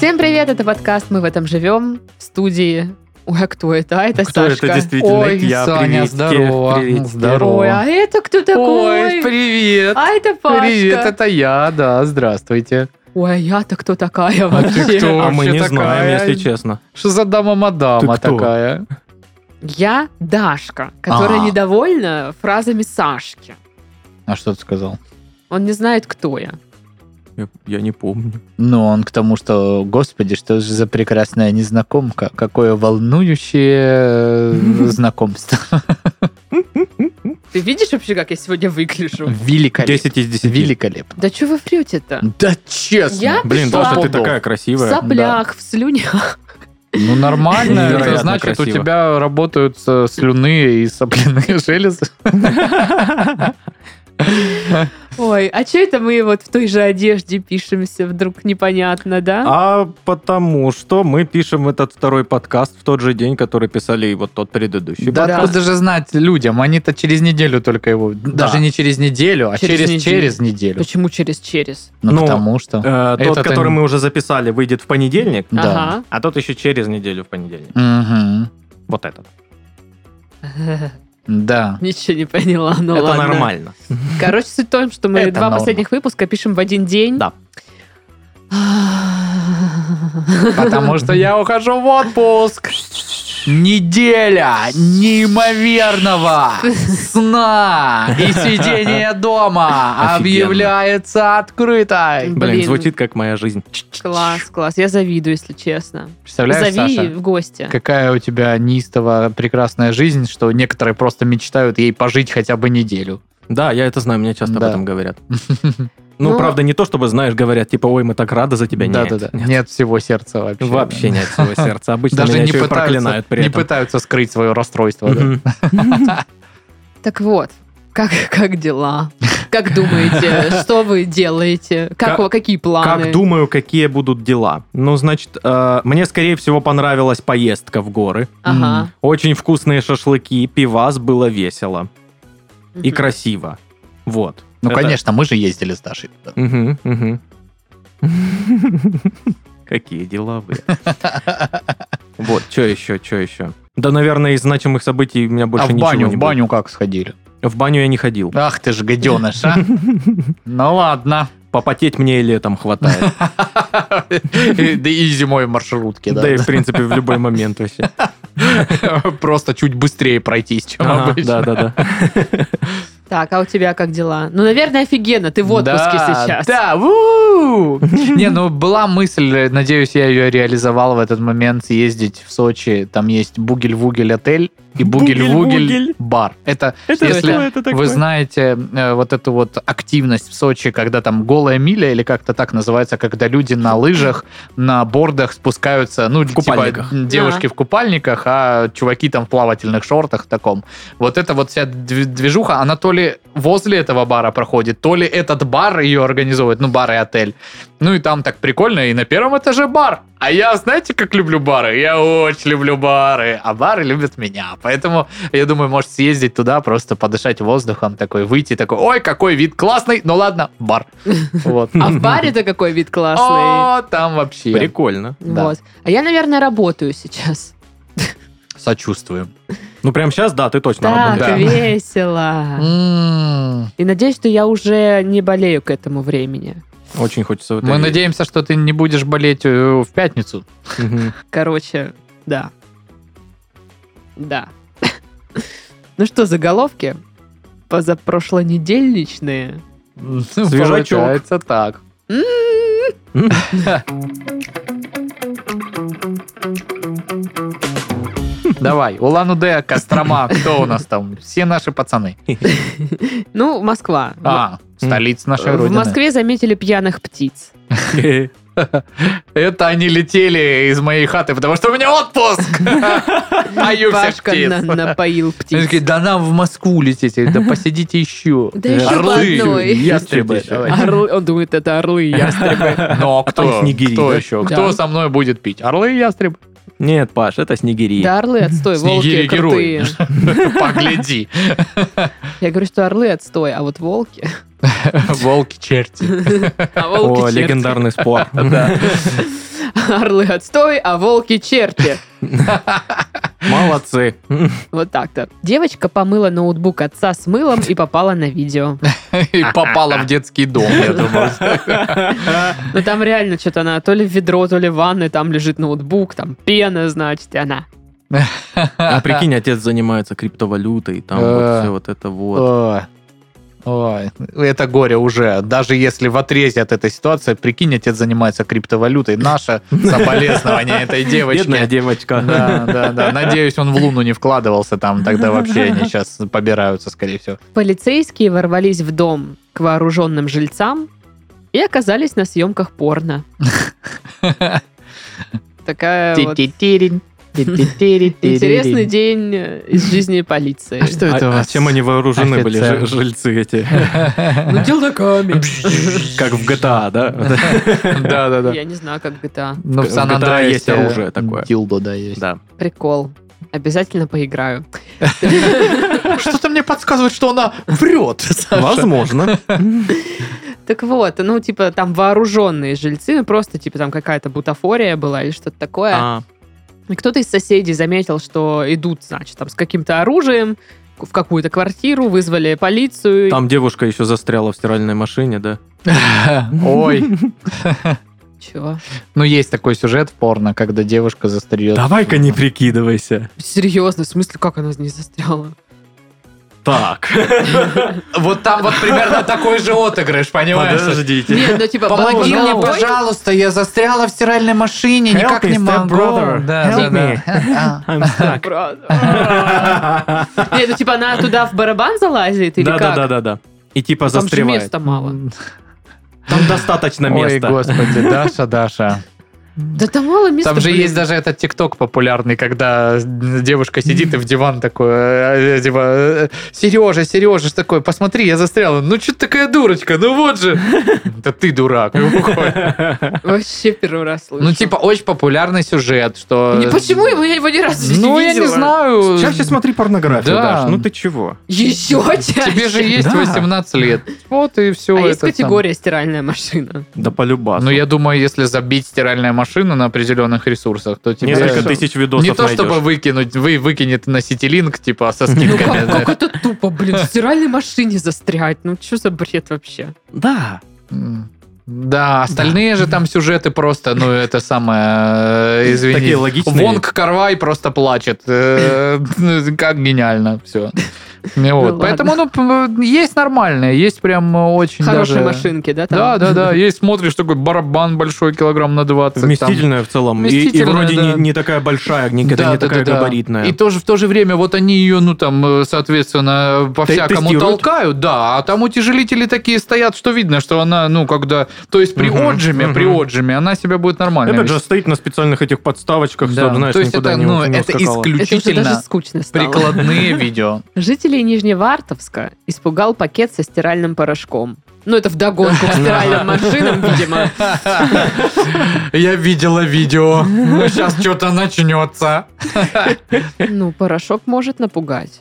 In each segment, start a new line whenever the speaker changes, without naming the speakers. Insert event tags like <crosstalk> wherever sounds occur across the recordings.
Нет, это подкаст «Мы в этом живем» в студии. Ой, а кто это? А это
Кто
Сашка.
это действительно?
Ой,
я,
Саня,
приветики,
здорово,
приветики.
здорово.
Ой, а это кто такой?
Ой, привет!
а это Пашка.
Привет, это я, да, здравствуйте.
Ой, а я-то кто такая вообще?
ты кто?
А мы
Вообще
не знаем,
такая-
если честно.
Что за дама-мадама
Ты кто?
такая?
Я Дашка, которая
А.
недовольна фразами Сашки.
А что ты сказал?
Он не знает, кто я.
Я, я не помню.
Ну, он к тому, что, господи, что же за прекрасная незнакомка, какое волнующее э, знакомство.
Ты видишь вообще, как я сегодня выгляжу?
Великолепно.
10 из 10.
Великолепно.
Да что вы врете-то?
Да честно.
Я
Блин,
пришла.
Даша, ты
Пудов.
такая красивая.
В соплях, в слюнях.
Ну, нормально. Это
Невероятно
значит, у
красиво.
тебя работают э, слюны и сопляные <laughs> железы.
Ой, а что это мы вот в той же одежде пишемся, вдруг непонятно, да?
А потому что мы пишем этот второй подкаст в тот же день, который писали и вот тот предыдущий.
Да
Да.
откуда же знать людям? Они-то через неделю только его... Даже не через неделю, а
Через
через
неделю.
через неделю.
Почему через-через?
Ну,
Ну,
потому что...
Э, тот,
Этот
который
они-
мы уже записали, выйдет в понедельник,
Да.
а тот еще через неделю в понедельник.
Мгм.
Вот этот.
Ага. <laughs>
Да.
Ничего не поняла, ну
Это
ладно.
нормально.
Короче, суть в том, что мы
Это
два
норма.
последних выпуска пишем в один день.
Да.
Потому что я ухожу в отпуск. Неделя неимоверного сна и сидения дома
Офигенно.
объявляется открытой.
Блин.
Блин, звучит как моя жизнь.
Класс, класс. Я завидую, если честно.
Представляешь,
Зови
Саша,
в гости.
какая у тебя неистово прекрасная жизнь, что некоторые просто мечтают ей пожить хотя бы неделю.
Да, я это знаю, мне часто
Да.
об этом
<laughs>
говорят.
Ну,
Ну, правда, не то, чтобы, знаешь, говорят, типа, ой, мы так рады за тебя. Нет,
Да-да-да.
нет.
Нет всего сердца вообще.
Вообще нет своего сердца. Обычно
Даже
меня
не
еще и
пытаются,
проклинают при
не
этом.
пытаются скрыть свое расстройство. да.
Мгм.
Так вот, как, как дела? Как
<laughs>
думаете, что вы делаете? Как,
Как-
у- какие планы?
Как думаю, какие будут дела? Ну, значит, э, мне, скорее всего, понравилась поездка в горы.
Ага.
Очень вкусные шашлыки, пивас, было весело и
Мгм.
красиво. Вот.
Ну,
Это-
конечно, мы же ездили с Дашей. туда.
Мгм, мгм. <laughs> Какие дела
<laughs>
вы. Вот, что еще, что еще? Да, наверное, из значимых событий у меня больше
а в
ничего
баню,
не
в баню как сходили?
будет. В баню я не ходил.
Ах ты ж гаденыш,
<laughs>
а. Ну ладно.
Попотеть мне и летом хватает.
<laughs> Да и зимой маршрутки,
Да и, в принципе, в любой момент вообще.
<laughs> Просто чуть быстрее пройтись, чем
Ага,
обычно.
Да-да-да.
<laughs>
Так, а у тебя как дела? Ну, наверное, офигенно. Ты в отпуске
Да,
сейчас.
<laughs>
Да, у-у-у. Не, ну была мысль, надеюсь, я ее реализовал в этот момент, съездить в Сочи. Там есть Бугель-Вугель отель и Бугель-Вугель
Бугель-Вугель.
бар. Это
Это
Если
что это такое?
Вы знаете э, вот эту вот активность в Сочи, когда там голая миля или как-то так называется, когда люди на лыжах, на бордах спускаются, ну, типа
купальниках.
девушки в купальниках, а чуваки там в плавательных шортах таком. Вот эта вот вся дв- движуха, она то ли возле этого бара проходит, то ли этот бар ее организовывает, ну, бар и отель. Ну и там так прикольно, и на первом этаже бар. А я, знаете, как люблю бары? Я очень люблю бары, а бары любят меня. Поэтому, я думаю, может съездить туда, просто подышать воздухом, такой выйти, такой, ой, какой вид классный, ну ладно, бар. Вот.
А в баре-то какой вид
<laughs>
классный.
О, там вообще.
Прикольно.
А, да.
Вот. А я, наверное, работаю сейчас.
Сочувствуем.
Ну, прям сейчас, да, ты точно
Так
работаешь.
да. <laughs>
весело.
М,
И надеюсь, что я уже не болею к этому времени.
Очень хочется в это
Мы
верить.
надеемся, что ты не будешь болеть э, в пятницу.
Мгм.
Короче, да. Да. <laughs> Ну что, заголовки? Позапрошлонедельничные.
Свежачок.
Получается так.
М-м-м.
Давай, Улан-Удэ, Кострома, кто у нас там? Все наши пацаны.
Ну, Москва.
А, столица
В-
нашей
в
родины.
Москве заметили пьяных птиц.
Это они летели из моей хаты, потому что у меня
<laughs>
отпуск! Пою всех
Пашка
птиц.
на- напоил
<laughs> Они
птиц.
такие, да нам в Москву летите, да посидите еще.
Да еще по
Орлы,
одной.
ястребы,
Чуть-чуть
давайте.
Орлы- он думает, это орлы и ястребы.
Ну, а кто?
снегири,
кто
да?
еще?
Да.
Кто со мной будет пить? Орлы и ястребы?
<laughs> Нет, Паш, это снегири.
Да, орлы отстой, волки
Снегири
крутые.
<laughs> герои. Погляди.
Я говорю, что орлы отстой, а вот волки...
<laughs> Волки черти.
А
О,
волки черти.
легендарный спор.
<laughs> Да.
<laughs> Орлы отстой, а волки черти.
Молодцы.
Вот так-то. Девочка помыла ноутбук отца с мылом и попала на видео.
И попала в детский дом, я думаю.
Но Ну, там реально что-то она то ли в ведро, то ли в ванной, там лежит ноутбук, там пена, значит, и она. <laughs>
А прикинь, отец занимается криптовалютой, там
Э.
вот все вот это вот.
Ой. Ой, это горе уже. Даже если в отрезе от этой ситуации, прикинь, отец занимается криптовалютой. Наше соболезнование этой
Бедная
девочки.
девочка. А,
Да, да, да. Надеюсь, он в луну не вкладывался там. Тогда вообще они сейчас побираются, скорее всего.
Полицейские ворвались в дом к вооруженным жильцам и оказались на съемках порно. Такая вот интересный
Интересный
день э, из жизни полиции.
Что это у
А а
вас?
чем они вооружены были, ж-
офицер?
<laughs>
жильцы эти?
Ну, делдаками.
<laughs> Как в
<laughs>
GTA, <laughs> да?
Да, да, да.
Я не знаю, как GTA.
Ну,
В GTA
Сан-Андреасе
есть оружие такое.
Дилдо, да, есть.
Да.
Прикол. Обязательно поиграю.
Что-то мне подсказывает, что она врет. <laughs>
Возможно.
Так вот, ну, типа, там вооруженные жильцы, ну, просто, типа, там какая-то бутафория была или что-то такое.
А,
И Кто-то из соседей заметил, что идут, значит, там с каким-то оружием в какую-то квартиру, вызвали полицию.
Там девушка еще застряла в стиральной машине, да?
<laughs> Ой.
Чего?
Ну, есть такой сюжет в порно, когда девушка застряет.
Давай-ка не прикидывайся.
Серьезно, в смысле, как она не
<laughs>
застряла? <laughs>
Так,
Вот там вот примерно такой же отыгрыш,
подождите.
Нет, ну типа,
Помоги
помоги
мне,
мне, пой-
пожалуйста, я застряла в стиральной машине,
Help
никак
me,
не могу.
stepbrother. Help
да.
I'm
<laughs>
stuck.
Правда. Нет, ну типа она туда в барабан залазит или как? Ну,
Да-да-да-да. И типа
Там же
застревает.
места мало.
Там достаточно
Ой,
места.
господи, Даша, Даша.
<laughs> Да там мало места.
Там же
блин.
есть даже этот тикток популярный, когда девушка сидит и в диван такой, э, э, типа, э, Сережа, Сережа, ж такой, посмотри, я застряла. Ну, что ты такая дурочка, ну вот же. <laughs> Да ты дурак. и уходит.
Вообще первый раз слышу.
Ну, типа, очень популярный сюжет, что...
Не, Почему его- я его ни разу не
Ну, я не
видела?
знаю.
Чаще смотри порнографию,
Да.
Даш. Ну ты чего?
Еще чаще.
Тебе же есть
Да.
18 лет. Вот и все.
А есть категория стиральная
<laughs>
машина.
Да полюбас.
Ну, я думаю, если забить стиральная машина на определенных ресурсах, то тебе...
Несколько тысяч видосов
Не то,
найдешь.
чтобы выкинуть, вы выкинет на сетилинг, типа, со
Ну как,
скидками.
как это тупо, блин, в стиральной машине застрять. Ну что за бред вообще?
Да.
М. Да, остальные же там сюжеты просто, ну, это самое, э, извини.
Такие логичные.
Вонг Карвай просто плачет. Э, ну, Как гениально все.
ладно.
Вот. Поэтому, ну, п- есть нормальные, есть прям очень
Хорошие
даже-
машинки, да? там?
Да, да, да. Есть, смотришь, такой барабан большой, килограмм на 20. там.
Вместительная в целом. И- И
Вместительная,
вроде не
да.
не такая большая, не
Да,
не
да,
такая
да, да. И
габаритная.
тоже в то же время вот они ее, ну там, э, соответственно, по
Те-
всякому
тестируют?
толкают, да, а там утяжелители такие стоят, что видно, что она, ну, когда, то есть при
Мгм,
отжиме, при
мгм.
отжиме она себя будет нормально.
Опять же,
вести.
стоит на специальных этих подставочках,
Да.
чтобы, знаешь,
то есть
никуда
это,
не
ну,
у- не
это
ускакало.
Это уже даже
исключительно
скучно стало.
<laughs>
прикладные видео.
Жителей Нижневартовска испугал пакет со стиральным порошком. Ну, это
<laughs>
вдогонку к стиральным машинам, видимо.
Я видела видео. Сейчас что-то начнется.
Ну, порошок может напугать.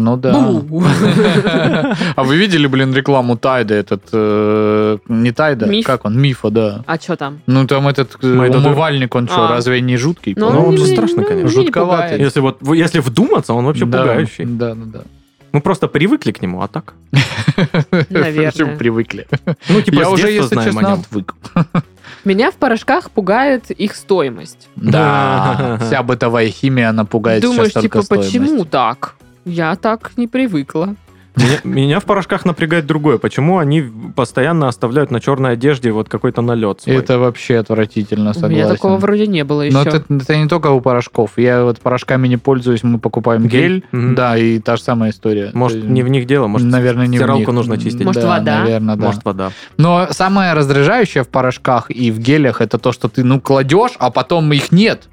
Ну да.
Бу!
<laughs>
<laughs>
А вы видели, блин, рекламу Тайда этот... э, Не Тайда,
Миф.
как он? Мифа, да.
А что там?
Ну там этот э,
Майдодыр.
умывальник, он что,
А.
разве не жуткий?
Ну,
он же
не-
страшный,
ну,
конечно.
не
Жутковатый.
пугает.
Если вот, если вдуматься, он вообще
Да,
пугающий.
Да,
<laughs>
ну да,
Мы просто привыкли к нему, а так?
да.
Наверное.
Всё привыкли.
Ну, типа,
Я
с
уже,
детства
если
знаем о
честно,
нем. <laughs>
отвык.
Меня в порошках пугает их стоимость.
Да,
<laughs> Да.
вся бытовая химия, она пугает
Думаешь,
сейчас
типа,
только
почему
стоимость.
так? Я так не привыкла.
Меня, меня в порошках напрягает другое. Почему они постоянно оставляют на черной одежде вот какой-то налет? свой?
Это вообще отвратительно,
У меня
согласен.
такого вроде не было еще.
Но это, это не только у порошков. Я вот порошками не пользуюсь, мы покупаем
Гель?
гель.
Мгм.
Да, и та же самая история.
Может,
То
не в них дело, может,
наверное, не в
стиралку
них.
нужно чистить.
Может,
Да,
вода?
Наверное, да.
может вода.
Но самое раздражающее в порошках и в гелях это то, что ты, ну, кладешь, а потом их нет.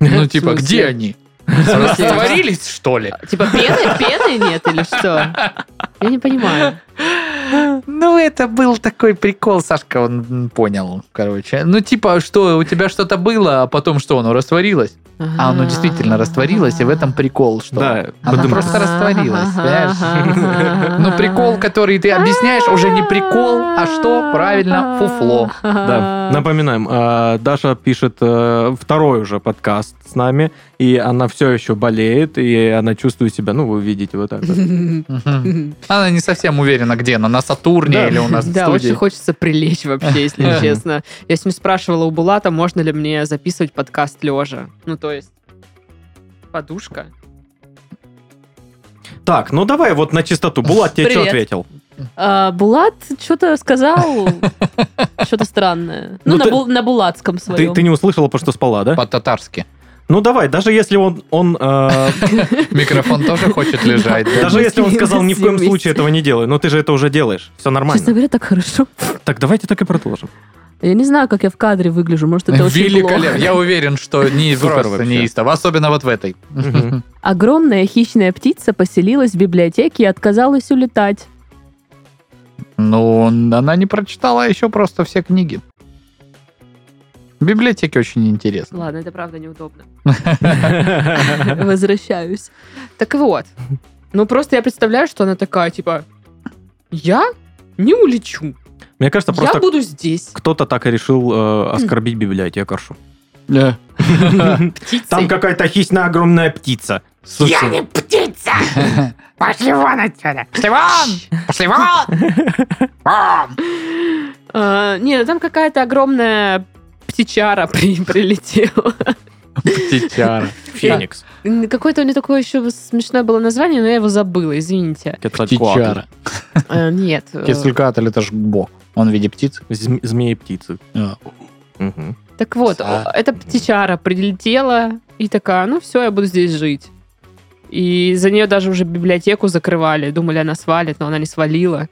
Ну,
В
типа,
смысле?
где они?
смысле?
Растворились, что ли?
Типа пены, пены нет или что? Я не понимаю.
Ну, это был такой прикол, Сашка, он м, понял, короче. Ну, типа, что, у тебя что-то было, а потом что, оно растворилось? А оно действительно растворилось, и в этом прикол, что
Да,
она
подумай.
просто растворилась, <laughs> понимаешь? Но Ну, прикол, который ты объясняешь, уже не прикол, а что? Правильно, фуфло.
Да, напоминаем, э, Даша пишет э, второй уже подкаст с нами, и она все еще болеет, и она чувствует себя, ну, вы видите, вот так
<laughs>
вот.
Мгм. Она не совсем уверена, где она, на Сатурне
Да.
или у нас в
Да, очень
студии.
хочется прилечь вообще, если честно. Я сегодня спрашивала у Булата, можно ли мне записывать подкаст лежа. Ну, то есть подушка.
<laughs> Так, ну давай вот на чистоту. Булат тебе что
Привет.
ответил?
А, Булат что-то
<laughs>
сказал, что-то странное.
Ну,
Ну, на
ты-
бу- на булатском
Ты,
своем.
ты не услышала, потому что спала, да?
По-татарски.
Ну давай, даже если он, он э,
Микрофон тоже хочет лежать. да?
даже если он
скинулись
сказал, ни в коем
вместе.
случае этого не делай, но ты же это уже делаешь, все
Честно
нормально.
говоря, так хорошо.
Так, давайте так
<laughs>
и продолжим. <laughs>
Я не знаю, как я в кадре выгляжу. Может, это очень
Великолепно.
плохо.
Я уверен, что не
Супер
просто
вообще.
неистово. Особенно вот в этой.
Мгм.
Огромная хищная птица поселилась в библиотеке и отказалась улетать.
Ну, она не прочитала еще просто все книги. В библиотеке очень интересно.
Ладно, это правда неудобно.
<laughs> Возвращаюсь.
Так вот. Ну, просто я представляю, что она такая, типа, я не улечу.
Мне кажется,
Я
просто
буду здесь.
кто-то так и решил э, оскорбить библиотекаршу.
Птицей.
Там какая-то хищная огромная птица.
Слушай,
птица!
<laughs>
Пошли вон отсюда!
пошли вон! Пошли вон! Вон!
А, Не, ну там какая-то огромная птичара <laughs> при- прилетела.
Птичара.
Феникс.
Какое-то у нее такое еще смешное было название, но я его забыла, извините.
Кетцалькоатль.
Птичара.
Э, Нет. э,
Кецалькоатль это ж бог. Он в виде птицы.
Зм- Змеи-птицы.
А.
Мгм.
Так вот,
А.
о, эта птичара прилетела и такая, ну все, я буду здесь жить. И за нее даже уже библиотеку закрывали. Думали, она свалит, но она не свалила.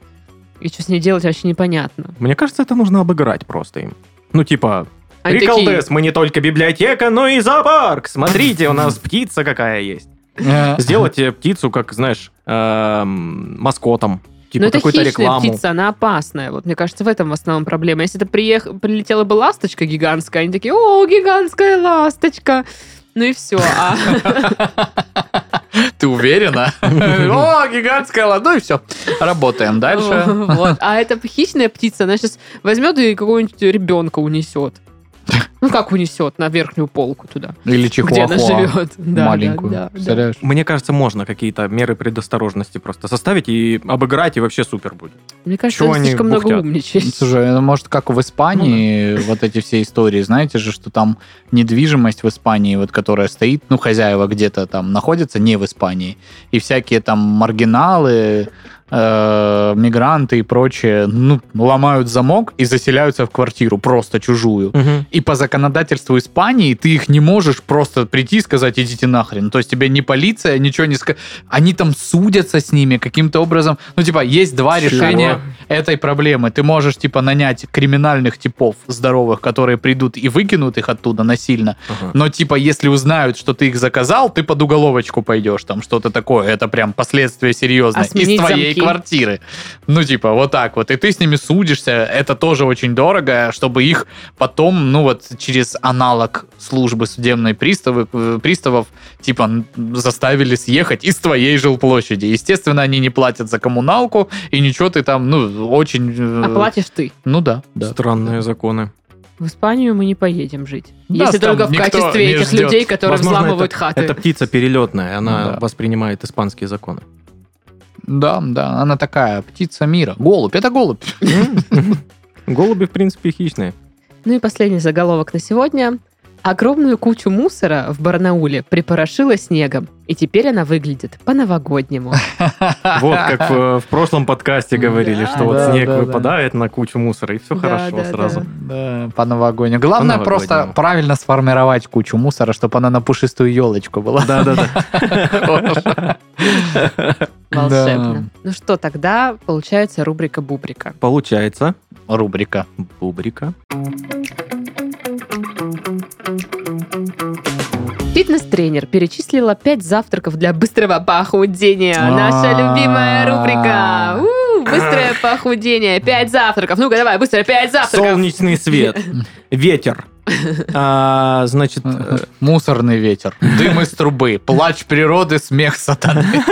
И что с ней делать, вообще непонятно.
Мне кажется, это нужно обыграть просто им. Ну, типа,
Они
Прикол
такие,
ДС, мы не только библиотека, но и зоопарк. Смотрите, у нас птица какая есть. <laughs> Сделать э, птицу, как, знаешь, эм, маскотом.
ну
Типа
это
какую-то
хищная
рекламу.
птица, она опасная. Вот мне кажется, в этом в основном проблема. Если это приех... прилетела бы ласточка гигантская, они такие, о, гигантская ласточка. Ну и все. А
Ты <laughs> уверена? О, гигантская ладонь, и все. Работаем дальше.
<laughs> Вот. А эта хищная птица, она сейчас возьмет и какого-нибудь ребенка унесет. Ну как унесет на верхнюю полку туда,
Или
где она
чихуахуа.
живет. <laughs> Да, да, да,
Маленькую.
да.
Представляешь?
Мне кажется, можно какие-то меры предосторожности просто составить и обыграть, и вообще супер будет.
Мне кажется,
Чего
она
они
слишком много
бухтят?
умничает.
Слушай, ну, может, как в Испании, <laughs> вот эти все истории, знаете же, что там недвижимость в Испании, вот которая стоит, ну, хозяева где-то там находятся, не в Испании, и всякие там маргиналы, э, мигранты и прочее, ну, ломают замок и заселяются в квартиру, просто чужую. И по законодательству Испании ты их не можешь просто прийти и сказать, идите нахрен. То есть тебе ни полиция, ничего не скажет. Они там судятся с ними каким-то образом. Ну, типа, есть два
Чего?
решения этой проблемы. Ты можешь, типа, нанять криминальных типов здоровых, которые придут и выкинут их оттуда насильно.
Ага.
Но, типа, если узнают, что ты их заказал, ты под уголовочку пойдешь, там что-то такое. Это прям последствия серьезные.
А
Из
сменить
твоей
замки?
квартиры. Ну, типа, вот так вот. И ты с ними судишься. Это тоже очень дорого, чтобы их потом, ну, вот через аналог службы судебной приставы, э, приставов, типа, н- заставили съехать из твоей жилплощади. Естественно, они не платят за коммуналку, и ничего ты там, ну, очень... э,
А платишь ты.
Ну да, да.
Странные законы.
В Испанию мы не поедем жить.
Да,
Если
там
только в
никто не
качестве этих
ждет.
людей, которые
Возможно,
взламывают
это-
хаты.
Это птица перелетная,
Ну
она
да.
воспринимает испанские законы.
Да, да, она такая, птица мира. Голубь, это голубь.
Голуби, в принципе, хищные.
Ну и последний заголовок на сегодня. Огромную кучу мусора в Барнауле припорошила снегом, и теперь она выглядит по-новогоднему.
Вот как э, в, в прошлом подкасте говорили,
Да.
что вот
Да,
снег
да, да.
выпадает на кучу мусора, и все
Да,
хорошо
да,
сразу.
Да, по новогоднему. Главное
По-новогоднему.
просто правильно сформировать кучу мусора, чтобы она на пушистую елочку была.
Да, да, да.
Волшебно.
Да.
Ну что, тогда получается рубрика Бубрика.
<laughs> Получается,
<laughs> Рубрика.
<laughs> бубрика.
Фитнес-тренер перечислила пять завтраков для быстрого похудения. Наша
А-а-а.
любимая рубрика. У, Быстрое похудение. Пять завтраков. Ну-ка, давай, быстро, пять завтраков.
<laughs>
Солнечный свет, ветер, А, значит, э,
<laughs> Мусорный ветер, дым из трубы, плач природы, смех сатаны. <laughs>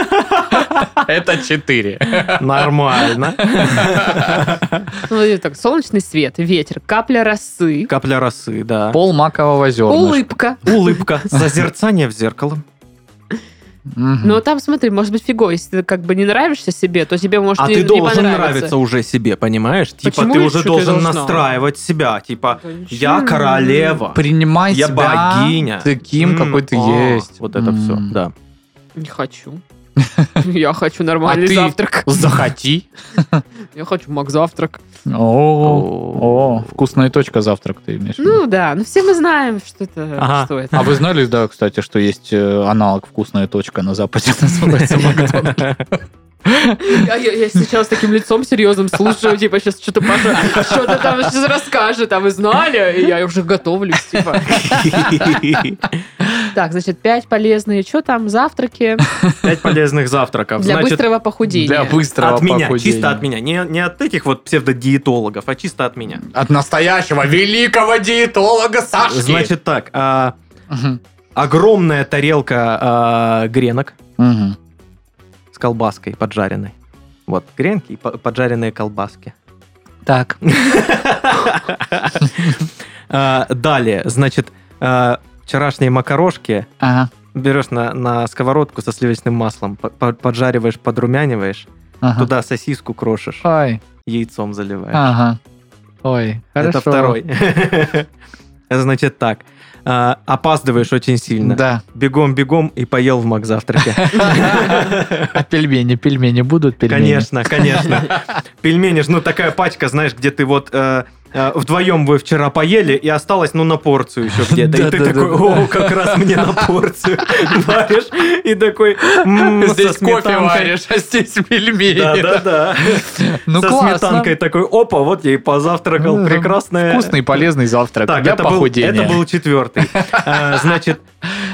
Это четыре. <laughs>
нормально.
Ну, и так, солнечный свет, ветер, капля росы,
Капля росы, да.
Пол макового зерна.
улыбка.
Улыбка. Созерцание в зеркало.
Но там, смотри, может быть фиго, если ты как бы не нравишься себе, то тебе может
А
и
ты
не
должен
понравиться.
нравиться уже себе, понимаешь? Типа
Почему
ты
еще
уже
ты
должен
должна?
настраивать себя. Типа
Да ничего
я
не
королева.
Принимай
Я
себя
богиня.
таким,
М,
какой ты
о,
есть.
Вот это
М.
все, да.
Не
<laughs>
хочу. Я хочу нормальный
А ты-
завтрак.
<laughs> Захоти.
Я хочу мак-завтрак.
О,
О.
о, вкусная точка завтрак ты имеешь. в виду?
Ну да, ну все мы знаем, что это.
Ага.
Что это.
А вы знали, да, кстати, что есть э, аналог «Вкусная точка» на Западе <laughs> называется «Макдональдс»?
Я, я- я сейчас с таким лицом серьезным
<laughs>
слушаю, типа, сейчас что-то Паша что-то там сейчас расскажет, а вы знали? И я уже готовлюсь,
<laughs>
типа. Так, значит, пять полезные, что там, завтраки
Пять полезных завтраков.
для
Значит,
быстрого похудения.
Для быстрого
от меня,
похудения.
чисто от меня. Не, не от этих вот псевдодиетологов, а чисто от меня.
От настоящего великого диетолога Сашки.
Значит так, а,
Мгм.
огромная тарелка а, гренок
Мгм.
с колбаской поджаренной. Вот, гренки и по- поджаренные колбаски.
Так.
А, Далее, значит, а, вчерашние макарошки
Ага.
берешь на, на сковородку со сливочным маслом, по- по- поджариваешь, подрумяниваешь,
ага.
туда сосиску крошишь,
Ой,
яйцом заливаешь.
ага. Ой, хорошо.
Это второй. <laughs> Значит так, а, опаздываешь очень сильно.
Да.
Бегом-бегом и поел в Макзавтраке.
А пельмени, пельмени будут <laughs> пельмени?
Конечно,
<laughs>
конечно. Пельмени ж, ну такая пачка, знаешь, где ты вот э, э, вдвоем вы вчера поели, и осталось, ну, на порцию еще
<laughs>
где-то. И ты
Да-да-да-да.
такой, о, как раз мне на
<laughs>
порцию варишь. И такой, «М, Ну, со
Здесь кофе
сметанкой».
варишь, а здесь пельмени.
Да-да-да.
Ну
Со
классно.
сметанкой такой, опа, вот я и позавтракал.
Ну,
Прекрасное.
Вкусный, полезный завтрак
Так,
для
это был,
похудения.
это был
<laughs>
четвертый. А, Значит,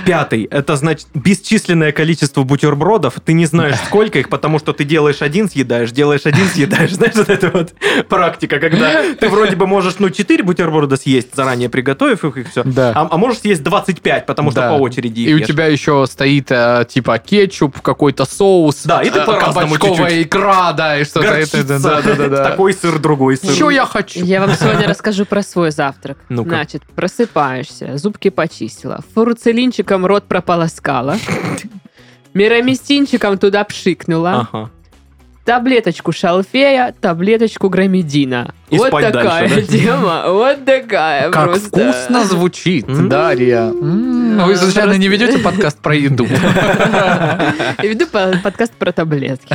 пятый. Это значит бесчисленное количество бутербродов. Ты не знаешь, сколько их, потому что ты делаешь один, съедаешь, делаешь
<laughs>
один, съедаешь. Знаешь, вот это вот практика, когда ты вроде бы можешь, ну, 4 бутерброда съесть, заранее приготовив их и все.
Да.
А, а можешь съесть 25, потому что
Да.
по очереди их
И у
ешь.
тебя еще стоит э, типа кетчуп, какой-то соус,
Да, и ты
э,
по-разному
кабачковая
чуть-чуть.
икра, да, и что-то
Горчица,
это. Да, да, да, да.
<laughs> такой сыр, другой сыр.
Чё я хочу?
Я вам
<laughs>
сегодня расскажу про свой завтрак.
Ну-ка.
Значит, просыпаешься, зубки почистила, фурцелинчиком рот
<laughs>
прополоскала, мирамистинчиком туда
а?
пшикнула,
Ага.
таблеточку шалфея, таблеточку громедина.
И
вот
спать
такая
дальше,
<laughs>
да?
тема, вот такая
Как
просто.
вкусно звучит,
М.
Дарья. М, Вы случайно не ведете подкаст про еду?
Я веду по- подкаст про таблетки.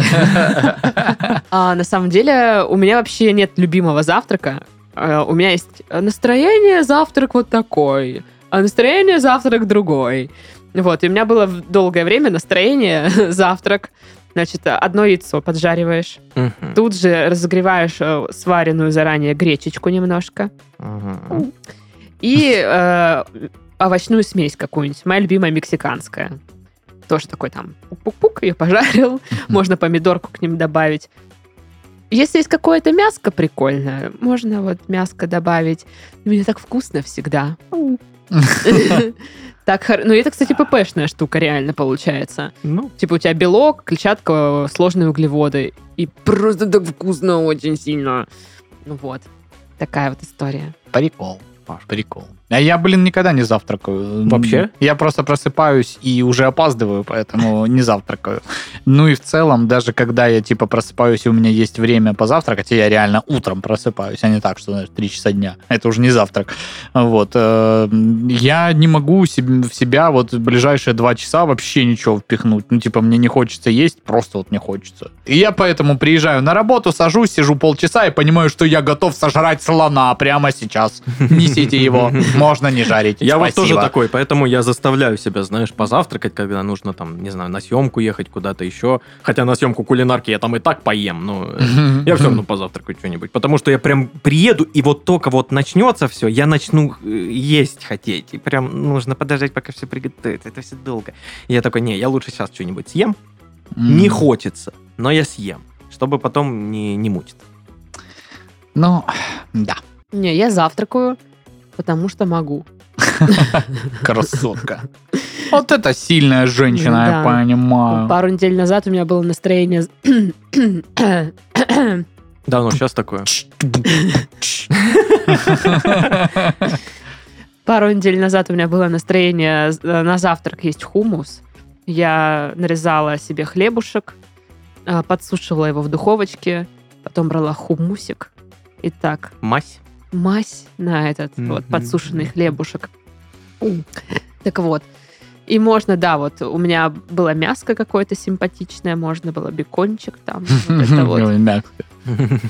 А на самом деле у меня вообще нет любимого завтрака. Э, У меня есть настроение завтрак вот такой, а настроение завтрак другой. Вот, и у меня было в- долгое время настроение <laughs> завтрак. Значит, одно яйцо поджариваешь,
Мгм.
тут же разогреваешь э, сваренную заранее гречечку немножко
Мгм.
и э, овощную смесь какую-нибудь, моя любимая мексиканская. Тоже такой там пук-пук-пук, ее пожарил, можно помидорку к ним добавить. Если есть какое-то мяско прикольное, можно вот мяско добавить. Мне так вкусно всегда. Так, хор- ну это, кстати, ППшная штука реально получается.
Ну,
Типа у тебя белок, клетчатка, сложные углеводы. И просто так вкусно очень сильно. Ну вот, такая вот история.
<laughs> Прикол. Паш, Прикол. А я, блин, никогда не завтракаю.
Вообще?
Я просто просыпаюсь и уже опаздываю, поэтому не завтракаю. Ну и в целом, даже когда я типа просыпаюсь, и у меня есть время позавтракать, и я реально утром просыпаюсь, а не так, что знаешь, 3 часа дня. Это уже не завтрак. Вот. э, Я не могу себе- в себя вот в ближайшие 2 часа вообще ничего впихнуть. Ну, типа, мне не хочется есть, просто вот не хочется. И я поэтому приезжаю на работу, сажусь, сижу полчаса и понимаю, что я готов сожрать слона прямо сейчас. Несите его, можно не жарить.
Я вот
Спасибо.
тоже такой, поэтому я заставляю себя, знаешь, позавтракать, когда нужно там, не знаю, на съемку ехать куда-то еще. Хотя на съемку кулинарки я там и так поем, но э, я все равно позавтракаю что-нибудь. Потому что я прям приеду, и вот только вот начнется все, я начну э, есть хотеть. И прям нужно подождать, пока все приготовится. Это все долго. И я такой, не, я лучше сейчас что-нибудь съем. Не хочется, но я съем, чтобы потом не, не мучиться.
Ну, да.
Не, я завтракаю, потому что могу. <laughs>
Красотка. Вот это сильная женщина, я
Да.
понимаю.
Пару недель назад у меня было настроение...
Да, ну сейчас такое.
<coughs> Пару недель назад у меня было настроение э, на завтрак есть хумус. Я нарезала себе хлебушек, э, подсушивала его в духовочке, потом брала хумусик и так
Мась.
мазь на этот
Мгм.
вот подсушенный хлебушек. М. Так вот. И можно, да, вот у меня было мяско какое-то симпатичное, можно было бекончик там. вот это вот.
Ой, мягко.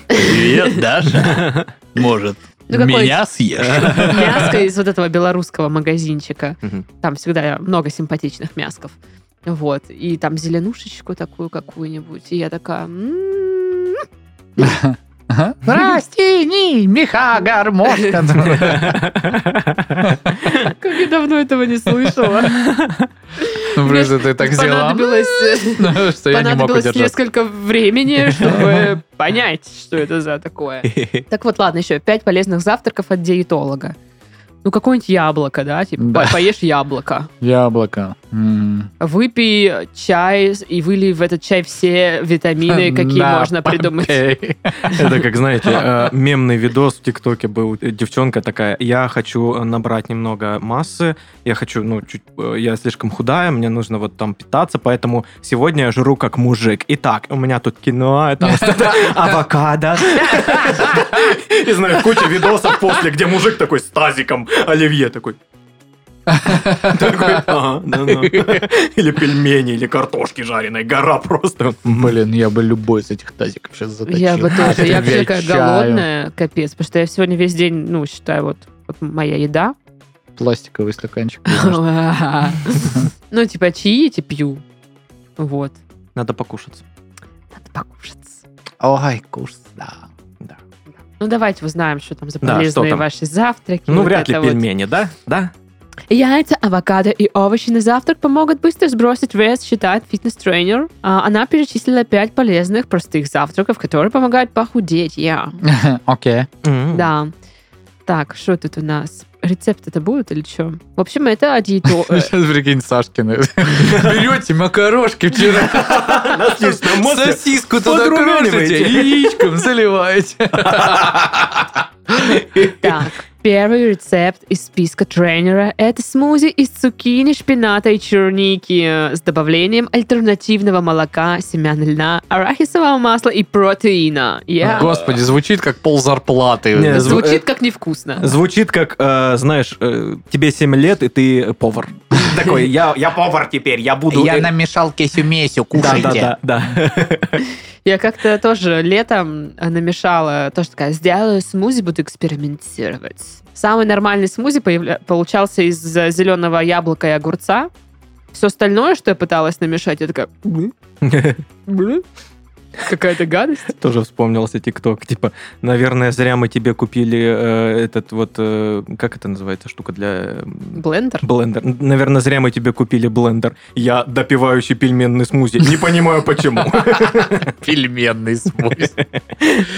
Привет, Даша.
<laughs>
Может,
Ну, какой- меня
съешь?
Мяско из вот этого белорусского магазинчика.
Мгм.
Там всегда много симпатичных мясков. Вот. И там зеленушечку такую какую-нибудь. И я такая... «М-м-м, «М,
Растини, меха, гармошка.
Как я давно этого не слышала.
<laughs> Ну,
Мне
блин, ты так сделала, <laughs>
Понадобилось...
что я не мог
Понадобилось
удержаться.
несколько
<laughs>
времени, чтобы понять, что это за такое. Так вот, ладно, еще пять полезных завтраков от диетолога. Ну, какое-нибудь яблоко, да? Типа,
Да.
по- поешь яблоко.
Яблоко. М.
Выпей чай и вылей в этот чай все витамины, какие
На,
можно придумать.
попей.
Это как, знаете, э, мемный видос в ТикТоке был. Э, Девчонка такая, я хочу набрать немного массы, я хочу, ну, чуть, э, я слишком худая, мне нужно вот там питаться, поэтому сегодня я жру как мужик. Итак, у меня тут кино, там что-то, авокадо. И знаю, куча видосов после, где мужик такой с тазиком, оливье такой. Такой, «Ага, да-да». Или пельмени, или картошки жареной, гора просто.
Блин, я бы любой из этих тазиков сейчас заточил.
Я бы
<laughs>
тоже. Я вообще
Отвечаю.
такая голодная, капец, потому что я сегодня весь день, ну, считаю, вот, вот моя
<laughs>
еда.
Пластиковый стаканчик.
Ну, типа, чаи эти пью. Вот.
Надо покушаться.
Надо покушать.
Ой, вкусно.
Ну, давайте узнаем, что там за
Да, что
полезные
там?
ваши завтраки.
Ну,
вот
вряд ли
это вот.
пельмени, да? Да?
Яйца, авокадо и овощи на завтрак помогут быстро сбросить вес, считает фитнес-тренер. А, Она перечислила пять полезных простых завтраков, которые помогают похудеть. Я.
<laughs> Окей.
Да. Так, что тут у нас? Рецепт это будет или что? В общем, это о дието- э,
Сейчас прикинь, Сашкины. <laughs> Берете макарошки <laughs> вчера,
Отлично, мысль.
сосиску туда
Подрумяниваете.
крошите, яичком заливаете.
Так, первый рецепт из списка тренера – это смузи из цукини, шпината и черники с добавлением альтернативного молока, семян льна, арахисового масла и протеина. Я-
Господи, звучит как пол
Не,
зарплаты.
зв-
Звучит как невкусно.
Звучит как, э, знаешь, э, тебе 7 лет, и ты повар. <laughs> Такой, я, я повар теперь, я буду... э,
намешал кесю-месю,
<laughs> да, да, <laughs> да, да.
Я как-то тоже летом э, намешала, тоже такая, сделаю смузи, буду экспериментировать. Самый нормальный смузи появля- получался из э, зеленого яблока и огурца. Все остальное, что я пыталась намешать, я такая,
<laughs>
«Бу, бу». какая-то гадость.
Тоже вспомнился ТикТок. Типа, наверное, зря мы тебе купили э, этот вот... э, как это называется штука для... э,
Блендер?
Блендер. Наверное, зря мы тебе купили блендер. Я допивающий пельменный смузи. Не понимаю, почему.
<laughs>
<laughs>
Пельменный смузи. <laughs>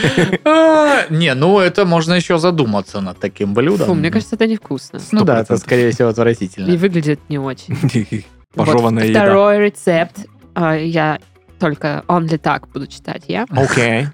А, Не, ну это можно еще задуматься над таким
Ну
блюдом.
Фу, мне кажется, это невкусно.
Ну да, это
процентов.
скорее всего
И
отвратительно.
выглядит не очень. Вот
Пожеванная еда.
Второй рецепт. а, Я только only так буду читать, я.
Окей.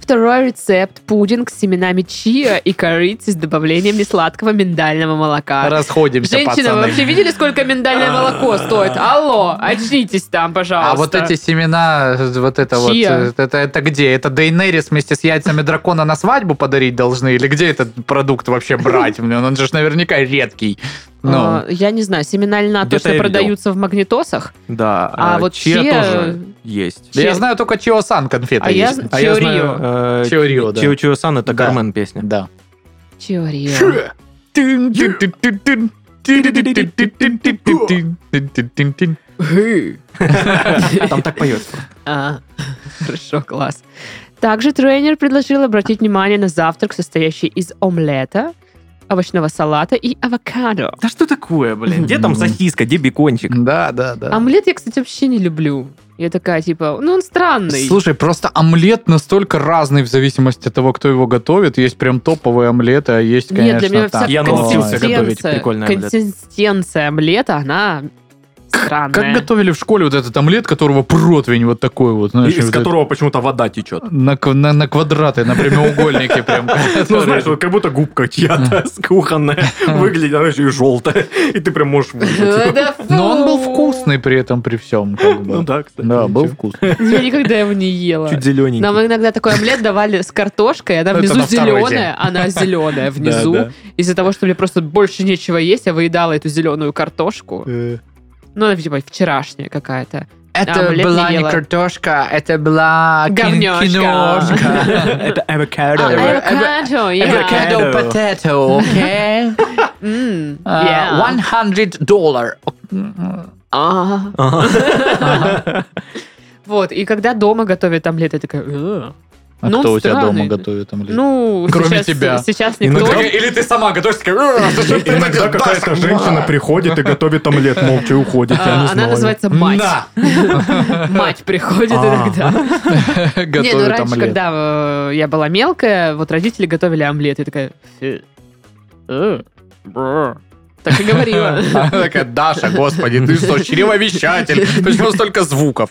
Второй рецепт. Пудинг с семенами чиа и корицы с добавлением несладкого миндального молока.
Расходимся,
Женщина, вы
пацаны.
вообще видели, сколько миндальное молоко стоит? Алло, очнитесь там, пожалуйста.
А вот эти семена, э, вот это вот,
Чиа.
э, это, это где? Это Дейнерис вместе с яйцами дракона на свадьбу подарить должны? Или где этот продукт вообще брать? Блин, Он же ж наверняка редкий. Ну,
А, Я не знаю, семена льна
Где-то
точно
я видел.
продаются в магнитосах,
Да.
а
э,
вот
чиа
чиа-
тоже есть.
да я
чиа-
знаю только Чиосан конфеты
А я
есть.
зн-
А я
Чио
знаю, э,
Чио Рио, да.
Чио Чио Сан это
Да.
Кармен песня. <laughs>
Да.
Чиорио.
Там так поет.
А, Хорошо, класс. Также тренер предложил обратить внимание на завтрак, состоящий из омлета, овощного салата и авокадо.
Да что такое, блин? Где там сосиска, где бекончик?
Да, да, да.
Омлет я, кстати, вообще не люблю. Я такая, типа, ну он странный.
Слушай, просто омлет настолько разный в зависимости от того, кто его готовит. Есть прям топовые омлеты, а есть, конечно,
Нет, для меня
там.
вся
Я научился
консистенция,
готовить прикольный омлет.
консистенция омлета, она странная.
Как готовили в школе вот этот омлет, которого противень вот такой вот, знаешь,
Из
вот
которого почему-то вода течет.
этот- на, кв- на- на квадраты, на прямоугольники
<laughs>
прям.
Ну, знаешь, вот как будто губка чья-то <laughs> кухонная выглядит, она еще и желтая. И ты прям можешь...
Э?
вынуть.
Типа, Но он был вкусный при этом, при всем. как бы.
Ну да, кстати.
Да, был
ничего.
вкусный.
<laughs> Я никогда его не ела.
Чуть зелененький.
Нам иногда такой омлет давали с картошкой, она
Это
внизу
на второй
зеленая, она
<laughs>
зеленая
Да,
внизу.
да.
Из-за того, что мне просто больше нечего есть, я выедала эту зеленую картошку.
Э,
Ну, она, типа, вчерашняя какая-то. А
Это
Омлет не
была не
ела.
картошка, это была кин-
Говнёшка. <laughs>
киношка.
Это
А,
авокадо.
Эва-
Авокадо, yeah.
Avocado potato, okay?
М,
Uh,
yeah.
100 доллар.
А. <laughs> Вот, и когда дома готовят омлет, я такая... «Э».
А
Ну,
кто
он
у тебя
странный.
дома готовит омлет?
Ну,
Кроме
сейчас-
тебя.
Сейчас
И на
никто...
дороге-
ты сама готовишь, такая... «Э, ты что, ты
Иногда
это
какая-то
дашь,
женщина
ма?»
приходит и готовит омлет молча и уходит. я не
А, Она
знаю.
называется мать.
<laughs>
На!
Мать приходит
А.
иногда. Не, ну
Готовит
раньше,
омлет.
когда э, я была мелкая, вот родители готовили омлет. Я такая... «Фе, э, бр». Так и
<laughs>
говорила.
Она такая, Даша, господи, ты что, чревовещатель? Почему столько звуков?